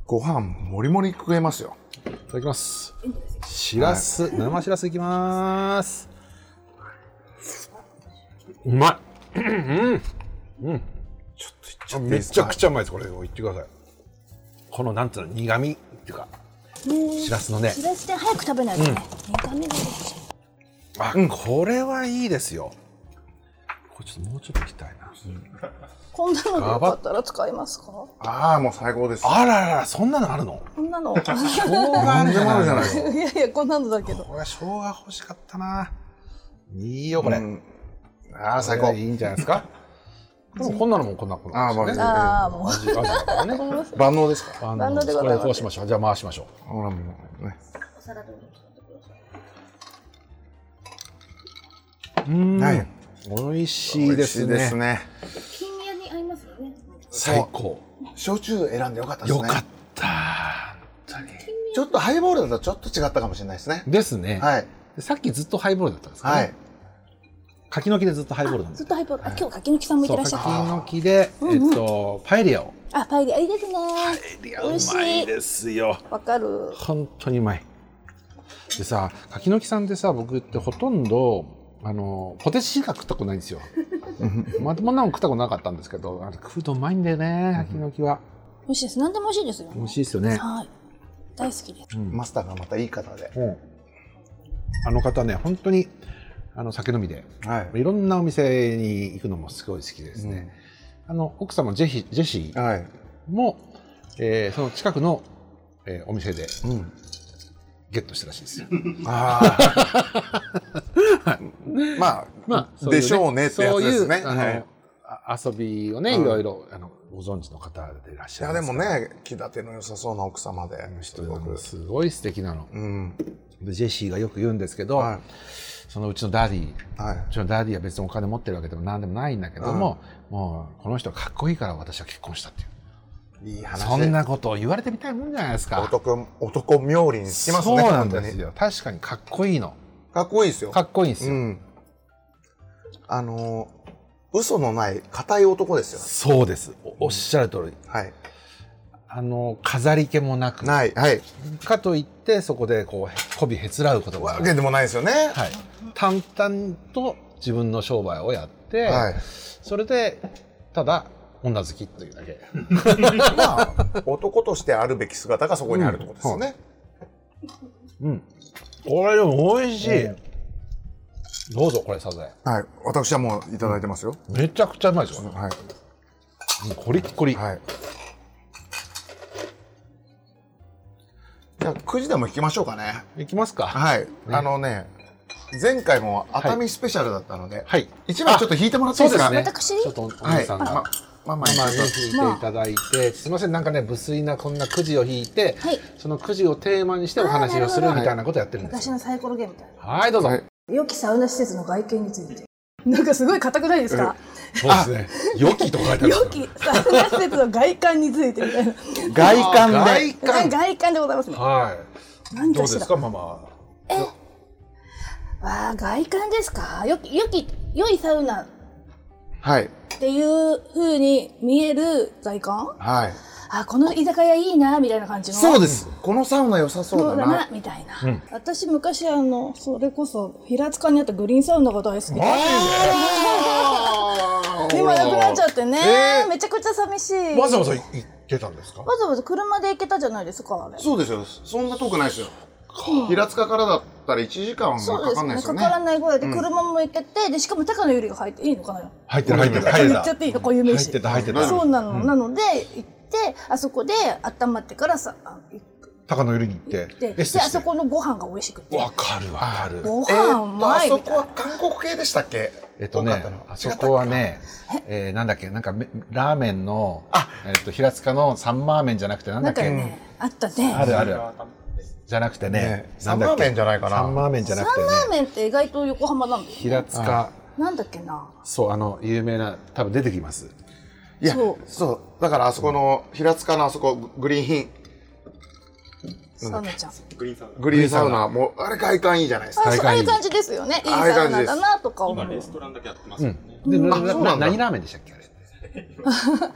[SPEAKER 2] ご飯もりもり食えますよ。
[SPEAKER 1] いただきますしらす、生しらすいきまーすうま
[SPEAKER 2] ちょっとい
[SPEAKER 1] い
[SPEAKER 2] っちゃっていい
[SPEAKER 1] め
[SPEAKER 2] です
[SPEAKER 1] ちゃ
[SPEAKER 2] か
[SPEAKER 1] くちゃうまいですこれ言ってくださいこのなんつうの苦味っていうかしらすのね
[SPEAKER 3] しらすで早く食べないとね。苦味が出てきちゃ
[SPEAKER 1] あ、これはいいですよこれちょっともうちょっといきたいな
[SPEAKER 3] うこんなのでよかったら使いますか？こ
[SPEAKER 2] ああ、もう最高です。
[SPEAKER 1] あらららそんなのあるの
[SPEAKER 3] んなの。
[SPEAKER 1] 生姜あるじゃないの
[SPEAKER 3] いやいやこんなのだけど。
[SPEAKER 1] これ生姜欲しかったないいよこれ、
[SPEAKER 2] うんああ、最高
[SPEAKER 1] これ。いいんじゃないですかでもこんなのもこんなこんな
[SPEAKER 2] あーまあ
[SPEAKER 1] ですね
[SPEAKER 3] ああもう。
[SPEAKER 1] 味味だからね (laughs)
[SPEAKER 2] 万能ですか
[SPEAKER 1] あの
[SPEAKER 3] バンドでござい
[SPEAKER 1] こ
[SPEAKER 3] ます
[SPEAKER 1] れこうしましょうじゃあ回しましょ
[SPEAKER 2] ら。ほら、もうね。
[SPEAKER 1] ううん
[SPEAKER 2] はい
[SPEAKER 1] 美味しいです
[SPEAKER 2] 美
[SPEAKER 1] ね
[SPEAKER 2] 味しいですね。
[SPEAKER 3] 金屋に合いますよね。
[SPEAKER 1] 最高
[SPEAKER 2] 焼酎選んでよかったです
[SPEAKER 1] よ
[SPEAKER 2] ね。
[SPEAKER 1] かった
[SPEAKER 2] ちょっとハイボールだとちょっと違ったかもしれないですね。
[SPEAKER 1] ですね、
[SPEAKER 2] はい。
[SPEAKER 1] さっきずっとハイボールだったんですか、ね
[SPEAKER 2] はい。
[SPEAKER 1] 柿の木でずっとハイボールなんです
[SPEAKER 3] ずっ
[SPEAKER 1] よ
[SPEAKER 3] とハイボール。あ今日柿の木さんもい
[SPEAKER 1] そ
[SPEAKER 3] て
[SPEAKER 1] う
[SPEAKER 3] らっし
[SPEAKER 1] 柿
[SPEAKER 3] ゃった。
[SPEAKER 1] の木で、えっと、パエリアを
[SPEAKER 3] あパエリアいいですね。
[SPEAKER 1] う
[SPEAKER 3] 美味しい
[SPEAKER 1] ですよ
[SPEAKER 3] わかる。
[SPEAKER 1] 本当にうまいでさ柿の木さんってさ僕ってほとんどあのポテチしか食ったことないんですよまともなの食ったことなかったんですけどあれ食うとうまいんだよね柿の木は
[SPEAKER 3] 美味しいです。何でも美味しいですよね。
[SPEAKER 1] 美味しいですよね、
[SPEAKER 3] はい。大好きです。
[SPEAKER 2] マスターがまたいい方で。
[SPEAKER 1] うんあの方ね本当にあの酒飲みで
[SPEAKER 2] はい
[SPEAKER 1] ろんなお店に行くのもすごい好きですね、あの奥様ジェヒジェシー
[SPEAKER 2] はい。
[SPEAKER 1] も、えーその近くの、えーお店で
[SPEAKER 2] うん。
[SPEAKER 1] ゲットしたらしいです (laughs) よ。
[SPEAKER 2] ああ。まあ、
[SPEAKER 1] そうい
[SPEAKER 2] で
[SPEAKER 1] ね
[SPEAKER 2] しょうねってやつですね。
[SPEAKER 1] そういうあの
[SPEAKER 2] はい。
[SPEAKER 1] あ遊びをね、い
[SPEAKER 2] うん
[SPEAKER 1] ろいろあのご存知の方でいらっし
[SPEAKER 2] い
[SPEAKER 1] ゃ
[SPEAKER 2] や
[SPEAKER 1] る
[SPEAKER 2] で
[SPEAKER 1] んす
[SPEAKER 2] も
[SPEAKER 1] けど、
[SPEAKER 2] ね、気立ての良さそうな奥様で、す
[SPEAKER 1] 人
[SPEAKER 2] ご
[SPEAKER 1] が
[SPEAKER 2] く。
[SPEAKER 1] すごい素敵なの。
[SPEAKER 2] うん。
[SPEAKER 1] でジェシーがよく言うんですけど、
[SPEAKER 2] は
[SPEAKER 1] そのうちのダディ、
[SPEAKER 2] い。は
[SPEAKER 1] うちのダディは別にお金持ってるわけでも何でもないんだけども、もうこの人はかっこいいから私は結婚したっていう。
[SPEAKER 2] い。いい話。
[SPEAKER 1] そん。なことを言われてみたいもんじゃないですか。
[SPEAKER 2] 男、男妙利につきますね。
[SPEAKER 1] そうなんで
[SPEAKER 2] 本
[SPEAKER 1] す
[SPEAKER 2] 当に
[SPEAKER 1] よ。確かにかっこいいの。
[SPEAKER 2] かっこいいですよ。
[SPEAKER 1] かっこいいんですよ。
[SPEAKER 2] うん。あのー、嘘のない硬い男ですよ。
[SPEAKER 1] そうですお。おっしゃる通り。
[SPEAKER 2] はい。
[SPEAKER 1] あの飾り気もなく、
[SPEAKER 2] ない。はい。
[SPEAKER 1] かといってそこでこうこびへつらうこともな
[SPEAKER 2] わ
[SPEAKER 1] い
[SPEAKER 2] けでもないですよね。
[SPEAKER 1] はい、淡々と自分の商売をやって、
[SPEAKER 2] はい。
[SPEAKER 1] それでただ女好きというだけ
[SPEAKER 2] まあ、男としてあるべき姿がそこにあるってことですよね。
[SPEAKER 1] うんこれでも美味しい、どうぞこれサザエ
[SPEAKER 2] はい。私はもういただいてますよ。
[SPEAKER 1] めちゃくちゃうまいですよ
[SPEAKER 2] は
[SPEAKER 1] もうコリッコリ、
[SPEAKER 2] い。はい。じゃあ、9時でも引きましょうかね。
[SPEAKER 1] い、きますかは
[SPEAKER 2] はい。あのね、前回も熱海スペシャルだったので、
[SPEAKER 1] い
[SPEAKER 2] 一番ちょっと引いてもらっていいですか
[SPEAKER 1] そうですね
[SPEAKER 3] 私
[SPEAKER 1] ちょっとお姉さんが、
[SPEAKER 2] はいまマ
[SPEAKER 1] マ
[SPEAKER 2] マに
[SPEAKER 1] マに引いていただいて、すみませんなんかね無粋なこんなくじを引いて、
[SPEAKER 3] はい
[SPEAKER 1] そのくじをテーマにしてお話をするみたいなことやってるんです
[SPEAKER 3] 昔
[SPEAKER 1] よ
[SPEAKER 3] のサイコロゲームみたい
[SPEAKER 1] はいどうぞ、
[SPEAKER 2] はい
[SPEAKER 3] な良きサウナ施設の外見についてなんかすごい硬くないですか
[SPEAKER 1] そうですね良きと書いてあるんです
[SPEAKER 3] 良
[SPEAKER 1] よ
[SPEAKER 3] きサウナ施設の外観についてみたいな
[SPEAKER 2] 外観で
[SPEAKER 1] 外観
[SPEAKER 3] 外観でございますね
[SPEAKER 1] はい
[SPEAKER 3] 何
[SPEAKER 1] どう
[SPEAKER 3] か
[SPEAKER 1] で
[SPEAKER 3] しら
[SPEAKER 1] すかママ
[SPEAKER 3] わあ外観ですかよきよき良いサウナっ
[SPEAKER 2] はい
[SPEAKER 3] ていう風に見える外観
[SPEAKER 2] はい
[SPEAKER 3] あこの居酒屋いいなみたいな感じの
[SPEAKER 2] そうですこのサウナ良さそうだな
[SPEAKER 3] みたいな、私昔あのそれこそ平塚にあったグリーンサウナが大好きで
[SPEAKER 2] (laughs)
[SPEAKER 3] 今なくなっちゃってね、
[SPEAKER 2] えー
[SPEAKER 3] めちゃくちゃ寂しい
[SPEAKER 1] わざわざ行ってたんですか
[SPEAKER 3] わざわざ車で行けたじゃないですかあれ
[SPEAKER 2] そうですよそんな遠くないですよ平塚からだったら1時間は
[SPEAKER 3] そう
[SPEAKER 2] か
[SPEAKER 3] で
[SPEAKER 2] か
[SPEAKER 3] す
[SPEAKER 2] んないで
[SPEAKER 3] ね
[SPEAKER 2] すよ
[SPEAKER 3] か
[SPEAKER 2] ね
[SPEAKER 3] からないぐらいで車も行けて、でしかも高野由里が入っていいのかな
[SPEAKER 1] 入ってた入ってた入
[SPEAKER 3] 言っちゃ
[SPEAKER 1] っ
[SPEAKER 3] ってていいのこういう名
[SPEAKER 1] た
[SPEAKER 3] 刺
[SPEAKER 1] 入ってた入って
[SPEAKER 2] うん
[SPEAKER 1] た
[SPEAKER 3] そうなの、なので行ってあそこで温まってからさあ行
[SPEAKER 1] 高野由里に行っ
[SPEAKER 3] ってて
[SPEAKER 1] エ
[SPEAKER 3] で
[SPEAKER 1] ステ
[SPEAKER 3] あ
[SPEAKER 1] して
[SPEAKER 3] そこのご飯が美味しくて
[SPEAKER 1] わかるわかる
[SPEAKER 3] ご
[SPEAKER 2] えー
[SPEAKER 3] 飯う
[SPEAKER 2] っとあ
[SPEAKER 3] まい
[SPEAKER 2] そ
[SPEAKER 3] みた
[SPEAKER 2] こ
[SPEAKER 3] い
[SPEAKER 2] は韓
[SPEAKER 3] な、
[SPEAKER 2] 国系でしたっけ
[SPEAKER 1] えっと
[SPEAKER 2] 多か
[SPEAKER 1] ね
[SPEAKER 2] たの、
[SPEAKER 1] あそこはね、えー、なんだっけ、なんかめラーメンの、えっと平塚のサンマーメンじゃなくて、なんだっ
[SPEAKER 3] なんか
[SPEAKER 1] け、
[SPEAKER 3] ねあった
[SPEAKER 1] あ
[SPEAKER 3] ね
[SPEAKER 1] るある、
[SPEAKER 4] あ
[SPEAKER 1] じゃなくてね
[SPEAKER 2] ね、
[SPEAKER 1] なんだっけ
[SPEAKER 2] サンマーメンじゃないかな
[SPEAKER 1] サンマーメンじゃなくてね、
[SPEAKER 3] ラーメンって意外と横浜なんだよね
[SPEAKER 1] 平塚、
[SPEAKER 3] なんだっけな
[SPEAKER 1] そう、あの、有名な、多分出てきます。
[SPEAKER 2] いや
[SPEAKER 3] そ
[SPEAKER 2] そううだからあそこの平塚のあそこググリーン
[SPEAKER 3] サウナちゃん
[SPEAKER 4] グリーンサウナ
[SPEAKER 2] グリーンサウナもうあれ外観いいじゃないですか
[SPEAKER 3] あ
[SPEAKER 1] 大
[SPEAKER 3] そうああ
[SPEAKER 1] 会
[SPEAKER 3] いう感じですよね。いい
[SPEAKER 2] ああいう
[SPEAKER 3] サウ
[SPEAKER 2] 感じ
[SPEAKER 3] ナ
[SPEAKER 2] です
[SPEAKER 3] だなとか思
[SPEAKER 4] 今
[SPEAKER 3] う。レ
[SPEAKER 4] レ
[SPEAKER 3] ス
[SPEAKER 4] ストランだけやってますよね、
[SPEAKER 1] で、な
[SPEAKER 2] あそう
[SPEAKER 1] な
[SPEAKER 2] なんだ
[SPEAKER 1] 何ラーメンでしたっけあれ。
[SPEAKER 3] トラ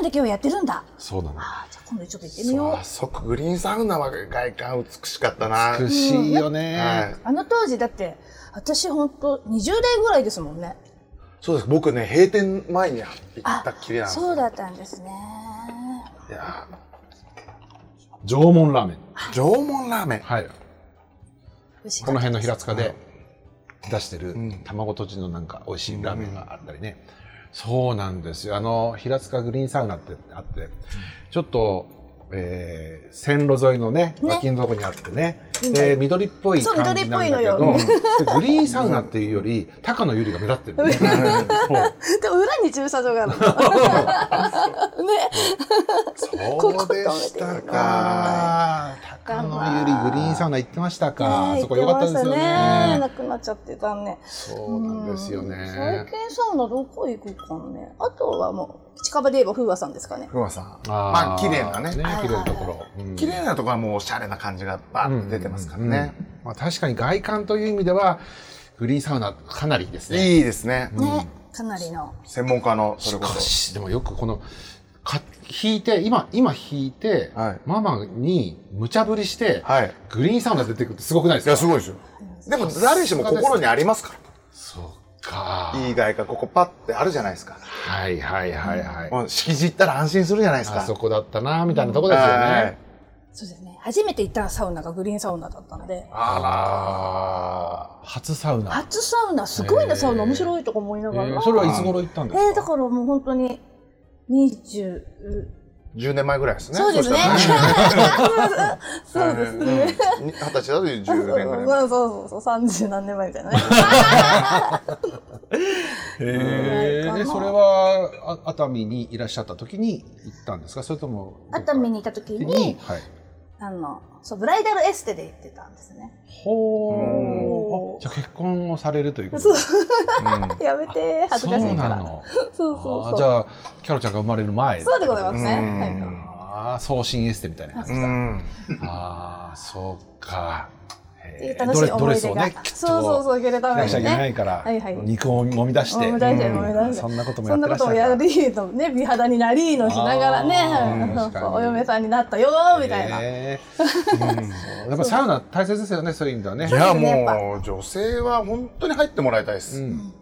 [SPEAKER 3] ンだけはやってるんだ。
[SPEAKER 1] そうなの。
[SPEAKER 3] あじゃあ今度ちょっと行ってみよう
[SPEAKER 2] あ。そこグリーンサウナは外観美しかったな
[SPEAKER 1] 美しいよね。
[SPEAKER 2] はい
[SPEAKER 3] あの当時だって私本当20代ぐらいですもんね。
[SPEAKER 2] そうです僕ね閉店前に行ったっきりなんですよ
[SPEAKER 3] そうだったんですね。
[SPEAKER 2] いや
[SPEAKER 1] 縄文ラーメン。
[SPEAKER 2] ー縄文ラーメン
[SPEAKER 1] はい。
[SPEAKER 3] 美味しか
[SPEAKER 1] こ
[SPEAKER 3] っ
[SPEAKER 1] の
[SPEAKER 3] た
[SPEAKER 1] 辺の平塚で出してる
[SPEAKER 2] ん
[SPEAKER 1] 卵とじのなんか美味しいラーメンがあったりね、そうなんですよあの平塚グリーンサウナってあってちょっと、えー線路沿いのね
[SPEAKER 3] ね
[SPEAKER 1] 脇のとこにあってねで緑っぽい
[SPEAKER 3] そう
[SPEAKER 1] 感じなんだけ
[SPEAKER 3] 緑
[SPEAKER 1] ど
[SPEAKER 3] っ
[SPEAKER 1] で
[SPEAKER 3] ぽ
[SPEAKER 1] グリーンサウナっていうより高
[SPEAKER 3] (laughs)
[SPEAKER 1] 野由里が目立ってる、ね、
[SPEAKER 3] でも裏に駐車場がある。
[SPEAKER 1] (laughs)
[SPEAKER 3] ね。
[SPEAKER 2] そうでしたか
[SPEAKER 1] あー高野由里グリーンサウナ行ってましたか、
[SPEAKER 3] ね
[SPEAKER 1] そこ良かったですよ
[SPEAKER 3] 行ました
[SPEAKER 1] ね
[SPEAKER 3] なくなっちゃってたね。
[SPEAKER 1] そうなんですよね、
[SPEAKER 3] 最近サウナどこ行くかね。あとはもう近場で言えば風和さんですかね。
[SPEAKER 2] ふわさん
[SPEAKER 1] ま
[SPEAKER 2] まあ綺麗なね
[SPEAKER 1] 綺麗なところ、うん
[SPEAKER 2] 綺麗なところはもうおしゃれな感じがバーッと出てますから
[SPEAKER 1] うんうんうん
[SPEAKER 2] ね
[SPEAKER 1] まあ、確かに外観という意味ではグリーンサウナかなりいいですね
[SPEAKER 2] いいですね
[SPEAKER 3] ね。かなりの。
[SPEAKER 2] 専門家のそれ
[SPEAKER 1] し
[SPEAKER 2] こ
[SPEAKER 1] か
[SPEAKER 2] そ
[SPEAKER 1] しでもよくこのか引いて今今引いて、
[SPEAKER 2] はい
[SPEAKER 1] ママに無茶ぶりして、
[SPEAKER 2] はい
[SPEAKER 1] グリーンサウナ出てくるってすごくないです
[SPEAKER 2] い
[SPEAKER 1] か
[SPEAKER 2] やすごいですよでも誰しも心にありますか
[SPEAKER 1] そうから
[SPEAKER 2] いい外観ここパッてあるじゃないですか
[SPEAKER 1] はいはいはいはい、
[SPEAKER 2] もう敷地行ったら安心するじゃないですか
[SPEAKER 1] あそこだったなみたいなとこですよね、
[SPEAKER 2] はい
[SPEAKER 3] そうですね。初めて行ったサウナがグリーンサウナだったので。
[SPEAKER 1] あら初サウナ、
[SPEAKER 3] 初サウナすごいな、
[SPEAKER 1] へー
[SPEAKER 3] サウナ面白いとか思いな
[SPEAKER 1] え
[SPEAKER 3] がら、え
[SPEAKER 1] ーそれはいつ頃行ったんですか、
[SPEAKER 3] ーだからもう本当に20、
[SPEAKER 2] 10年前ぐらいですね
[SPEAKER 3] そうですね
[SPEAKER 2] そしたら
[SPEAKER 3] (laughs) そうですね、
[SPEAKER 2] うん二十歳だと10
[SPEAKER 3] (laughs) そう
[SPEAKER 2] 年ぐらい
[SPEAKER 3] そうそうそう30何年前みたいなね
[SPEAKER 1] へ
[SPEAKER 3] うん
[SPEAKER 1] え、それはあ熱海にいらっしゃった時に行ったんですか、それともどっ
[SPEAKER 3] (laughs) 熱
[SPEAKER 1] か
[SPEAKER 3] 海にいた時に
[SPEAKER 1] はい。
[SPEAKER 3] あのそうブライダルエステで行ってたんですね
[SPEAKER 1] ほ
[SPEAKER 3] うん
[SPEAKER 1] う。じゃあ結婚をされるということ
[SPEAKER 3] そう
[SPEAKER 1] です
[SPEAKER 2] ね
[SPEAKER 3] やめて恥ずかしいか
[SPEAKER 1] そうな
[SPEAKER 3] ら
[SPEAKER 1] の。
[SPEAKER 3] そうそう
[SPEAKER 1] あ
[SPEAKER 3] そう
[SPEAKER 1] ーじゃあキャロちゃんが生まれる前。
[SPEAKER 3] そうでございますね、
[SPEAKER 2] うん
[SPEAKER 3] はい
[SPEAKER 1] ああ、送信エステみたいなやつ
[SPEAKER 2] う。ん
[SPEAKER 1] ああ、そうか。
[SPEAKER 3] ってい
[SPEAKER 1] へ
[SPEAKER 3] う
[SPEAKER 1] ー
[SPEAKER 3] 楽しい
[SPEAKER 1] ド
[SPEAKER 3] 思
[SPEAKER 1] レ
[SPEAKER 3] い
[SPEAKER 1] ス
[SPEAKER 3] 出
[SPEAKER 1] を
[SPEAKER 3] が、
[SPEAKER 1] ね、きっと。
[SPEAKER 3] そうそうそう入れた
[SPEAKER 1] しな
[SPEAKER 3] め
[SPEAKER 1] くちゃ
[SPEAKER 3] に
[SPEAKER 1] いけな
[SPEAKER 3] ね
[SPEAKER 1] いから、
[SPEAKER 3] はいはい
[SPEAKER 1] 肉を揉み出して、
[SPEAKER 3] 揉み出して
[SPEAKER 1] うん
[SPEAKER 3] 揉み出して
[SPEAKER 1] そんなこともや
[SPEAKER 3] そ
[SPEAKER 1] っ
[SPEAKER 3] ん
[SPEAKER 1] て
[SPEAKER 3] な
[SPEAKER 1] らっ
[SPEAKER 3] こ
[SPEAKER 1] しゃ
[SPEAKER 3] と
[SPEAKER 1] るか
[SPEAKER 3] を
[SPEAKER 1] ら
[SPEAKER 3] やりのね美肌になりのしながら
[SPEAKER 1] あ
[SPEAKER 3] ね
[SPEAKER 1] ー
[SPEAKER 3] (laughs) そうそ
[SPEAKER 1] 確
[SPEAKER 3] う
[SPEAKER 1] かに
[SPEAKER 3] お嫁さんになったよーみたいな、
[SPEAKER 1] へーうんやっぱサウナ大切ですよね、そういう意味ではね
[SPEAKER 2] い。や
[SPEAKER 3] そうですねや
[SPEAKER 2] もう女性は本当に入ってもらいたいで
[SPEAKER 1] う
[SPEAKER 2] す
[SPEAKER 1] ん。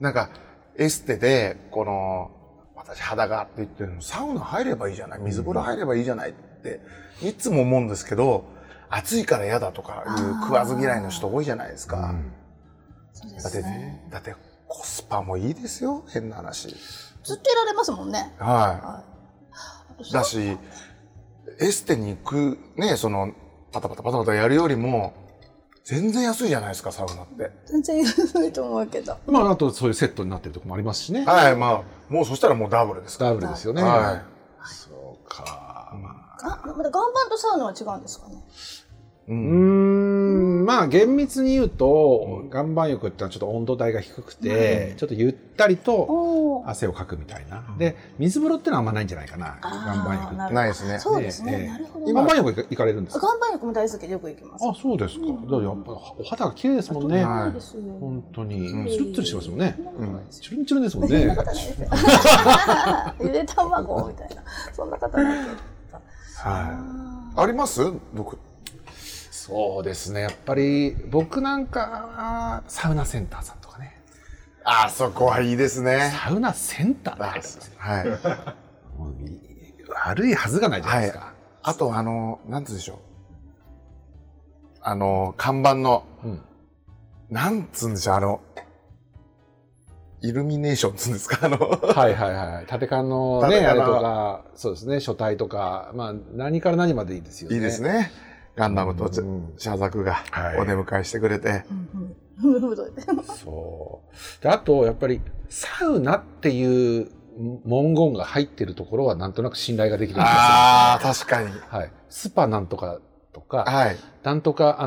[SPEAKER 2] なんかエステでこの私肌がって言ってるのサウナ入ればいいじゃない水風呂入ればいいじゃないっていつも思うんですけど暑いから嫌だとかいう食わず嫌いの人多いじゃないですか、
[SPEAKER 3] そうで
[SPEAKER 2] だっ
[SPEAKER 3] す
[SPEAKER 2] て
[SPEAKER 3] ね
[SPEAKER 2] だってコスパもいいですよ変な話
[SPEAKER 3] ずっといられますもんね
[SPEAKER 2] はいだしエステに行くねそのパタパタパタパタやるよりも全然安いじゃないですかサウナって
[SPEAKER 3] 全然安いと思うけど。
[SPEAKER 1] まあ、あとそういうセットになってるとこもありますしね。
[SPEAKER 2] はいまあもうそしたらもうダブルですか
[SPEAKER 1] ダブルですよね。
[SPEAKER 2] らは
[SPEAKER 1] そうか。まあ、
[SPEAKER 3] あ、また岩盤とサウナは違うんですかね。
[SPEAKER 2] い、う
[SPEAKER 1] うんーん、まあ厳密に言うと、岩盤浴ってのはちょっと温度帯が低くて、ちょっとゆったりと
[SPEAKER 3] おお。
[SPEAKER 1] 汗をかくみたいな。で、水風呂ってのはあんまないんじゃないかな、岩
[SPEAKER 3] あー
[SPEAKER 1] 盤浴って
[SPEAKER 3] なる
[SPEAKER 2] ないですね
[SPEAKER 3] そうです
[SPEAKER 1] ええ
[SPEAKER 3] ね。なるほど。
[SPEAKER 1] 岩
[SPEAKER 3] 岩
[SPEAKER 1] 盤浴行かれるんですか
[SPEAKER 3] 盤浴も大好きでよく行きます。
[SPEAKER 1] あ、そうですか。だからやっぱお肌が綺麗ですもんね。
[SPEAKER 2] はい
[SPEAKER 3] そうですよ。
[SPEAKER 1] 本当に
[SPEAKER 2] う。ん
[SPEAKER 1] つるっとりしてますもんね。
[SPEAKER 2] うん
[SPEAKER 1] チュルンチュルンですもん
[SPEAKER 3] そん
[SPEAKER 1] ね
[SPEAKER 3] な。ことないですよ。
[SPEAKER 1] (laughs)
[SPEAKER 3] ゆで卵みたいな。そんなことないけ
[SPEAKER 1] は
[SPEAKER 3] ど。
[SPEAKER 1] い。
[SPEAKER 2] あります僕
[SPEAKER 1] そうですね。やっぱり僕なんかはサウナセンターさんとかね。
[SPEAKER 2] あそこはいいですね
[SPEAKER 1] サウナセンター
[SPEAKER 2] あ
[SPEAKER 1] だ
[SPEAKER 2] はい
[SPEAKER 1] もうい悪いはずがないじゃないですか。
[SPEAKER 2] あとあのなんつうでしょうあの看板の
[SPEAKER 1] うん
[SPEAKER 2] なんつうんでしょうあのイルミネーション (laughs) つうんですかあの
[SPEAKER 1] はいはいはい。縦缶の
[SPEAKER 2] 縦
[SPEAKER 1] ね、あ
[SPEAKER 2] 缶
[SPEAKER 1] れ
[SPEAKER 2] の
[SPEAKER 1] とか、そうですね、書体とか、まあ何から何までいいですよね。
[SPEAKER 2] いいです。ねガンダムとチ
[SPEAKER 1] うん
[SPEAKER 2] ャザクが
[SPEAKER 1] はい
[SPEAKER 2] お出迎えしてくれて、
[SPEAKER 3] うんうん。ふふふ
[SPEAKER 1] そう。で、あと、やっぱり、サウナっていう文言が入ってるところは、なんとなく信頼ができるんですよ。
[SPEAKER 2] ああ確かに
[SPEAKER 1] はい。スパなんとかとか、
[SPEAKER 2] はい
[SPEAKER 1] なんとか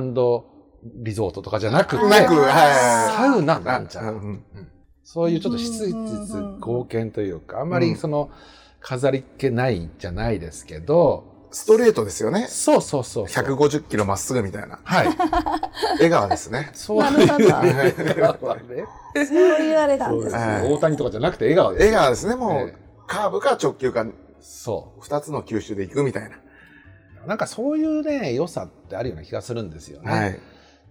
[SPEAKER 1] リゾートとかじゃなくて、
[SPEAKER 2] なくはい
[SPEAKER 1] サウナな
[SPEAKER 2] あ
[SPEAKER 1] んじゃ。
[SPEAKER 2] うんん
[SPEAKER 1] そういうちょっと質実貢献というか、あんまりその、飾りっ気ないじゃないですけど、
[SPEAKER 2] ストレートですよね
[SPEAKER 1] そうそうそうそう。
[SPEAKER 2] 150キロまっすぐみたいな
[SPEAKER 1] はい。
[SPEAKER 2] 笑顔ですね
[SPEAKER 1] そういう
[SPEAKER 3] なるほど
[SPEAKER 1] 笑顔はね
[SPEAKER 3] そういうあれなん
[SPEAKER 1] そう
[SPEAKER 3] で
[SPEAKER 1] ですす
[SPEAKER 3] ね。
[SPEAKER 2] はい
[SPEAKER 1] 大谷とかじゃなくて笑顔です。
[SPEAKER 2] 笑顔ですねもう、
[SPEAKER 1] え
[SPEAKER 2] カーブか直球か
[SPEAKER 1] そう。
[SPEAKER 2] 2つの球種でいくみたいな、
[SPEAKER 1] なんかそういうね良さってあるような気がするんですよね。
[SPEAKER 2] はい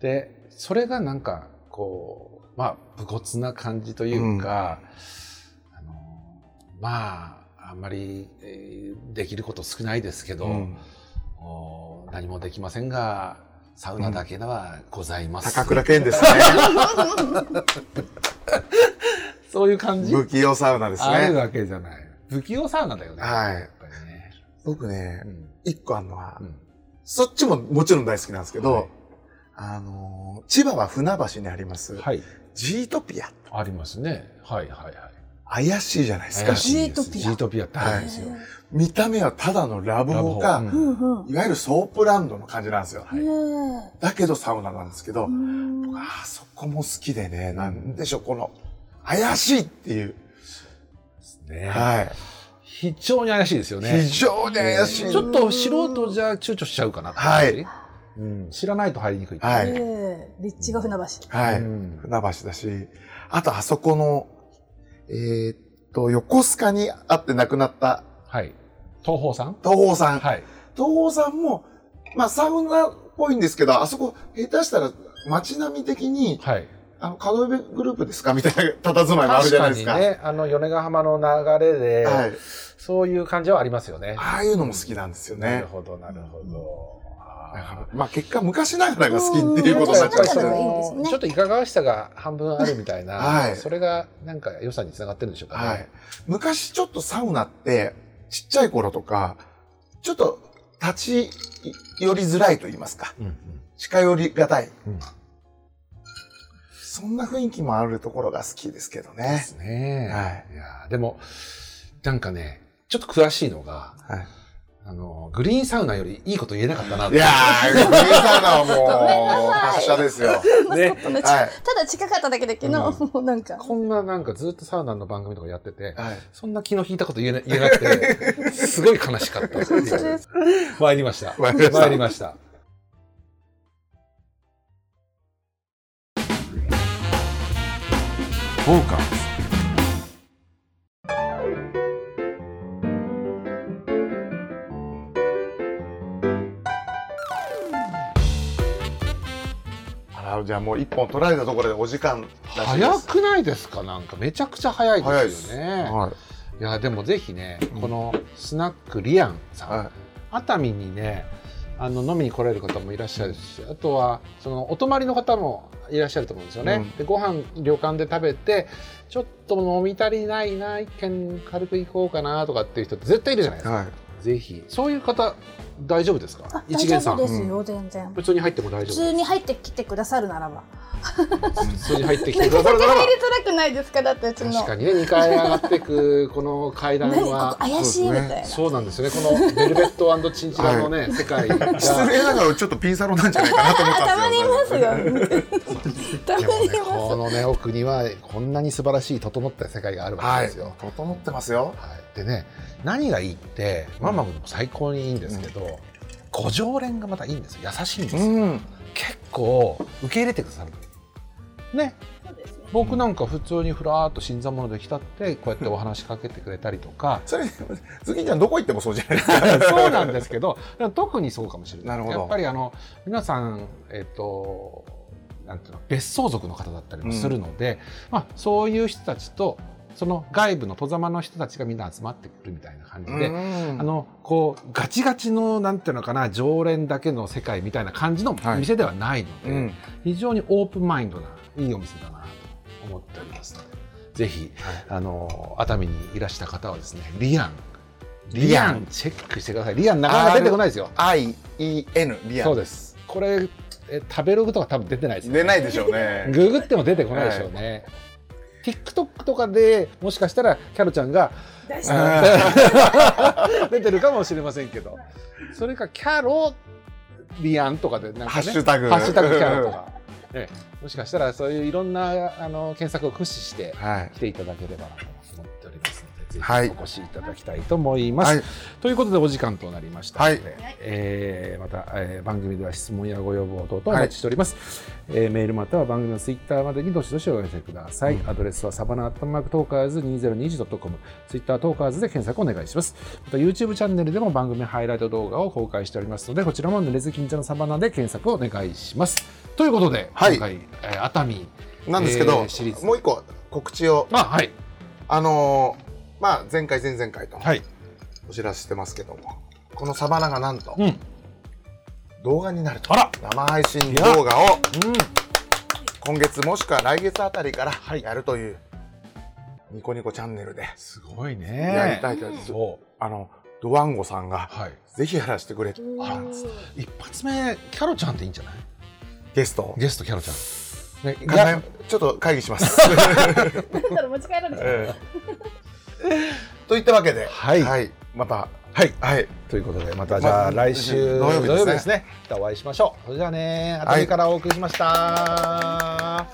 [SPEAKER 1] でそれがなんかこうまあ武骨な感じというか、あのまああんまり、えーできること少ないですけど、
[SPEAKER 2] うん
[SPEAKER 1] お何もできませんがサウナだけではございます。
[SPEAKER 2] 高倉健ですね
[SPEAKER 1] そういう感じ、
[SPEAKER 2] 不器用サウナです
[SPEAKER 1] ある
[SPEAKER 2] ね
[SPEAKER 1] わけじゃない。不器用サウナだよね。
[SPEAKER 2] はい
[SPEAKER 1] やっぱりね。
[SPEAKER 2] 僕ね
[SPEAKER 1] うん
[SPEAKER 2] 1個あるのは、
[SPEAKER 1] うん
[SPEAKER 2] そっちももちろん大好きなんですけど、
[SPEAKER 1] はい
[SPEAKER 2] あのー千葉は船橋にあります、
[SPEAKER 1] はい。
[SPEAKER 2] ジートピア
[SPEAKER 1] ありますね。はいはいはい。
[SPEAKER 2] 怪しいじゃないですか
[SPEAKER 1] 怪しいです
[SPEAKER 3] ジートピア
[SPEAKER 1] ジートピアってあるんですよ。
[SPEAKER 2] 見た目はただのラブホか、
[SPEAKER 1] ラブホ
[SPEAKER 3] うんうん。
[SPEAKER 2] いわゆるソープランドの感じなんですよ、
[SPEAKER 3] へー
[SPEAKER 2] だけどサウナなんですけど、
[SPEAKER 3] うん
[SPEAKER 2] ああそこも好きでねなんでしょうこの怪しいっていう、
[SPEAKER 1] ね
[SPEAKER 2] はい
[SPEAKER 1] 非常に怪しいですよね。
[SPEAKER 2] 非常に怪しい、
[SPEAKER 1] ちょっと素人じゃ躊躇しちゃうかなって
[SPEAKER 2] は
[SPEAKER 1] 感じ
[SPEAKER 2] い
[SPEAKER 1] うん知らないと入りにくい。
[SPEAKER 2] はい
[SPEAKER 3] ええ立地が船橋。
[SPEAKER 2] はい、
[SPEAKER 1] うん
[SPEAKER 2] 船橋だしあとあそこのえーっと横須賀にあって亡くなった
[SPEAKER 1] はい。東宝さん
[SPEAKER 2] 東宝さん、
[SPEAKER 1] はい。
[SPEAKER 2] 東宝さんもまあサウナっぽいんですけどあそこ下手したら街並み的に
[SPEAKER 1] はい。
[SPEAKER 2] あの角部グループですかみたいな佇まいもあ
[SPEAKER 1] 確
[SPEAKER 2] るじゃな
[SPEAKER 1] か
[SPEAKER 2] いです
[SPEAKER 1] に
[SPEAKER 2] か
[SPEAKER 1] ね、あの、米ヶ浜の流れで、
[SPEAKER 2] はい、
[SPEAKER 1] そういう感じはありますよね。
[SPEAKER 2] ああいうのも好きなんですよ
[SPEAKER 1] な
[SPEAKER 2] ね
[SPEAKER 1] るほど、なるほど。
[SPEAKER 2] だ
[SPEAKER 1] あ
[SPEAKER 2] か
[SPEAKER 1] ー
[SPEAKER 2] らまあ結果昔ながらが好きっていうことに
[SPEAKER 1] や
[SPEAKER 2] な
[SPEAKER 1] っ
[SPEAKER 2] っち
[SPEAKER 1] ぱり
[SPEAKER 2] ゃうんです
[SPEAKER 1] そ
[SPEAKER 2] けど
[SPEAKER 3] うんいいです
[SPEAKER 1] の
[SPEAKER 3] ね
[SPEAKER 1] ちょっといかがわしさが半分あるみたいな、
[SPEAKER 2] はい
[SPEAKER 1] それがなんか良さにつながってるんでしょうかね。
[SPEAKER 2] はい。昔ちょっとサウナって、ちっちゃい頃とか、ちょっと立ち寄りづらいと言いますか、
[SPEAKER 1] うんうん
[SPEAKER 2] 近寄りがたい。
[SPEAKER 1] うん
[SPEAKER 2] そんな雰囲気もあるところが好きですけど
[SPEAKER 1] で
[SPEAKER 2] ね。
[SPEAKER 1] すね。、
[SPEAKER 2] はい
[SPEAKER 1] やーでも、なんかね、ちょっと詳しいのが、
[SPEAKER 2] は
[SPEAKER 1] あの、グリーンサウナよりいいこと言えなかったなっ
[SPEAKER 2] い、
[SPEAKER 1] て
[SPEAKER 2] いやー、グリーンサウナはも
[SPEAKER 3] ごめん
[SPEAKER 2] う、
[SPEAKER 3] なさい
[SPEAKER 2] 発射ですよ。は
[SPEAKER 3] (laughs)
[SPEAKER 1] ね、
[SPEAKER 3] ただ
[SPEAKER 2] い。
[SPEAKER 3] ただ近かっただけだけど、もうなんか。
[SPEAKER 1] こんななんかずっとサウナの番組とかやってて、
[SPEAKER 2] はい、
[SPEAKER 1] そんな気の引いたこと言えな (laughs) 言えなくて、すごい悲しかったっていう。
[SPEAKER 2] (laughs)
[SPEAKER 3] そうです
[SPEAKER 1] 参りました。
[SPEAKER 2] 参りました
[SPEAKER 1] 参りました。
[SPEAKER 2] フォーカス。あらじゃあもう一本取られたところでお時間らしいで
[SPEAKER 1] 早
[SPEAKER 2] す。
[SPEAKER 1] くないですかなんかめちゃくちゃ早いですよね。い
[SPEAKER 2] はい
[SPEAKER 1] や、でもぜひね、
[SPEAKER 2] うん
[SPEAKER 1] このスナックリアンさん、
[SPEAKER 2] は
[SPEAKER 1] 熱海にね、あの飲みに来られる方もいらっしゃるし、あとはそのお泊まりの方もいらっしゃると思うんですよね。
[SPEAKER 2] うん
[SPEAKER 1] でご飯旅館で食べて、ちょっと飲み足りないな、一軒軽く行こうかなとかっていう人って絶対いるじゃないですか
[SPEAKER 2] いはい
[SPEAKER 1] ぜひそういう方大丈夫ですか
[SPEAKER 3] あ
[SPEAKER 1] 一元さ
[SPEAKER 3] 大丈夫
[SPEAKER 1] ん
[SPEAKER 3] ですよ、全然
[SPEAKER 1] 普通に入っても大
[SPEAKER 3] 普
[SPEAKER 1] 丈夫
[SPEAKER 3] 通に入ってきてくださるならば
[SPEAKER 2] (laughs)
[SPEAKER 1] 普通に入ってきて
[SPEAKER 3] (laughs) な
[SPEAKER 1] くだ
[SPEAKER 3] かな
[SPEAKER 1] さるなら
[SPEAKER 3] か入
[SPEAKER 1] ば
[SPEAKER 3] りづらくないですかだってうちの
[SPEAKER 1] 確かにね2階上がってくこの階段
[SPEAKER 3] 何ここ
[SPEAKER 1] は
[SPEAKER 3] 怪しいみたいな、
[SPEAKER 1] そうなんですよねこのベルベットチンチラのね世界
[SPEAKER 3] (laughs)
[SPEAKER 1] が
[SPEAKER 2] 失礼ながらちょっとピンサロなんじゃないかなと思った
[SPEAKER 3] たま
[SPEAKER 2] んで
[SPEAKER 3] にい
[SPEAKER 2] すよ
[SPEAKER 3] ますよ (laughs) た
[SPEAKER 1] で
[SPEAKER 3] ま
[SPEAKER 1] も
[SPEAKER 3] に
[SPEAKER 1] ね
[SPEAKER 3] いま
[SPEAKER 1] このね奥にはこんなに素晴らしい整った世界があるわけ
[SPEAKER 2] は
[SPEAKER 1] で
[SPEAKER 2] い
[SPEAKER 1] すよ。
[SPEAKER 2] 整ってますよ
[SPEAKER 1] はいでね何がいいってママも最高にいいんですけど、ご常連がまたいいんですよ優しいんですよ、
[SPEAKER 2] ん
[SPEAKER 1] 結構受け入れてくださるね
[SPEAKER 3] すそうですね
[SPEAKER 1] 僕なんか普通にふらーっと新参者で来たってこうやってお話しかけてくれたりとか、
[SPEAKER 2] それ次ちゃんどこ行ってもそうじゃないですか (laughs)
[SPEAKER 1] そうなんですけど、でも特にそうかもしれない。
[SPEAKER 2] なるほど
[SPEAKER 1] やっぱりあの皆さんえっ、となんていうの別荘族の方だったりもするので、まあそういう人たちとその外部の戸様の人たちがみんな集まってくるみたいな感じで。
[SPEAKER 2] うん
[SPEAKER 1] あのこうガチガチのなんていうのかな常連だけの世界みたいな感じの
[SPEAKER 2] はい
[SPEAKER 1] 店ではないので、
[SPEAKER 2] うん
[SPEAKER 1] 非常にオープンマインドないいお店だなと思っておりますのでぜひ、あの熱海にいらした方はですねリアンリアンチェックしてくださいリアンなかなか出てこないですよ
[SPEAKER 2] IEN リア
[SPEAKER 1] そう
[SPEAKER 2] ル
[SPEAKER 1] ですこれえ食べログとか多分出てないですね
[SPEAKER 2] 出ないでしょうね
[SPEAKER 1] ググっても出てこないでしょうね、TikTok とかでもしかしたらキャロちゃんが
[SPEAKER 3] 出し
[SPEAKER 2] う
[SPEAKER 3] た
[SPEAKER 1] (laughs)
[SPEAKER 2] ん
[SPEAKER 1] 出てるかもしれませんけどそれかキャロリアンとかでなんか、ね、
[SPEAKER 2] ハッシュタグ
[SPEAKER 1] ハッシュタグキャロとか、 (laughs) ええもしかしたらそういういろんなあの検索を駆使して
[SPEAKER 2] はい
[SPEAKER 1] 来ていただければなと思っておりますので、ぜ
[SPEAKER 2] はい
[SPEAKER 1] ひお越しいただきたいと思います。
[SPEAKER 2] はい
[SPEAKER 1] ということでお時間となりましたので、
[SPEAKER 2] はい
[SPEAKER 1] えーまた、えー番組では質問やご要望等々お待ちしております、えーメールまたは番組のツイッターまでにどしどしお寄せください、アドレスはサバナアットマークトーカーズ 2021.com ツイッタートーカーズで検索お願いしますまた YouTube チャンネルでも番組ハイライト動画を公開しておりますのでこちらも濡れずきんちゃんのサバナで検索お願いしますということで、
[SPEAKER 2] はい
[SPEAKER 1] 今回、えー熱海
[SPEAKER 2] なんですけど、
[SPEAKER 1] えーシリーズ
[SPEAKER 2] もう一個告知を
[SPEAKER 1] あはい
[SPEAKER 2] あのーまあ前回前々回と
[SPEAKER 1] はい
[SPEAKER 2] お知らせしてますけども、このサバナがなんと
[SPEAKER 1] うん
[SPEAKER 2] 動画になると、
[SPEAKER 1] あら
[SPEAKER 2] 生配信動画を
[SPEAKER 1] うん
[SPEAKER 2] 今月もしくは来月あたりから
[SPEAKER 1] はい
[SPEAKER 2] やるという、ニコニコチャンネルです
[SPEAKER 1] ごいね
[SPEAKER 2] やりたいと、
[SPEAKER 1] そう
[SPEAKER 2] あのドワンゴさんが
[SPEAKER 1] はい
[SPEAKER 2] ぜひやらせてくれって
[SPEAKER 3] おー
[SPEAKER 1] 一発目キャロちゃんっていいんじゃない
[SPEAKER 2] ゲストを
[SPEAKER 1] ゲストキャロちゃん、ね、
[SPEAKER 2] 考
[SPEAKER 1] が
[SPEAKER 2] えちょっと会議しま
[SPEAKER 1] (laughs)
[SPEAKER 2] す
[SPEAKER 3] だったら持ち帰らない
[SPEAKER 2] ええ (laughs) といったわけで、
[SPEAKER 1] はい
[SPEAKER 2] また
[SPEAKER 1] はい
[SPEAKER 2] はい
[SPEAKER 1] ということでまたじゃあ
[SPEAKER 2] ま
[SPEAKER 1] 来週
[SPEAKER 2] 土曜日ですね
[SPEAKER 1] またお会いしましょうそれじゃあね熱海からお送りしました、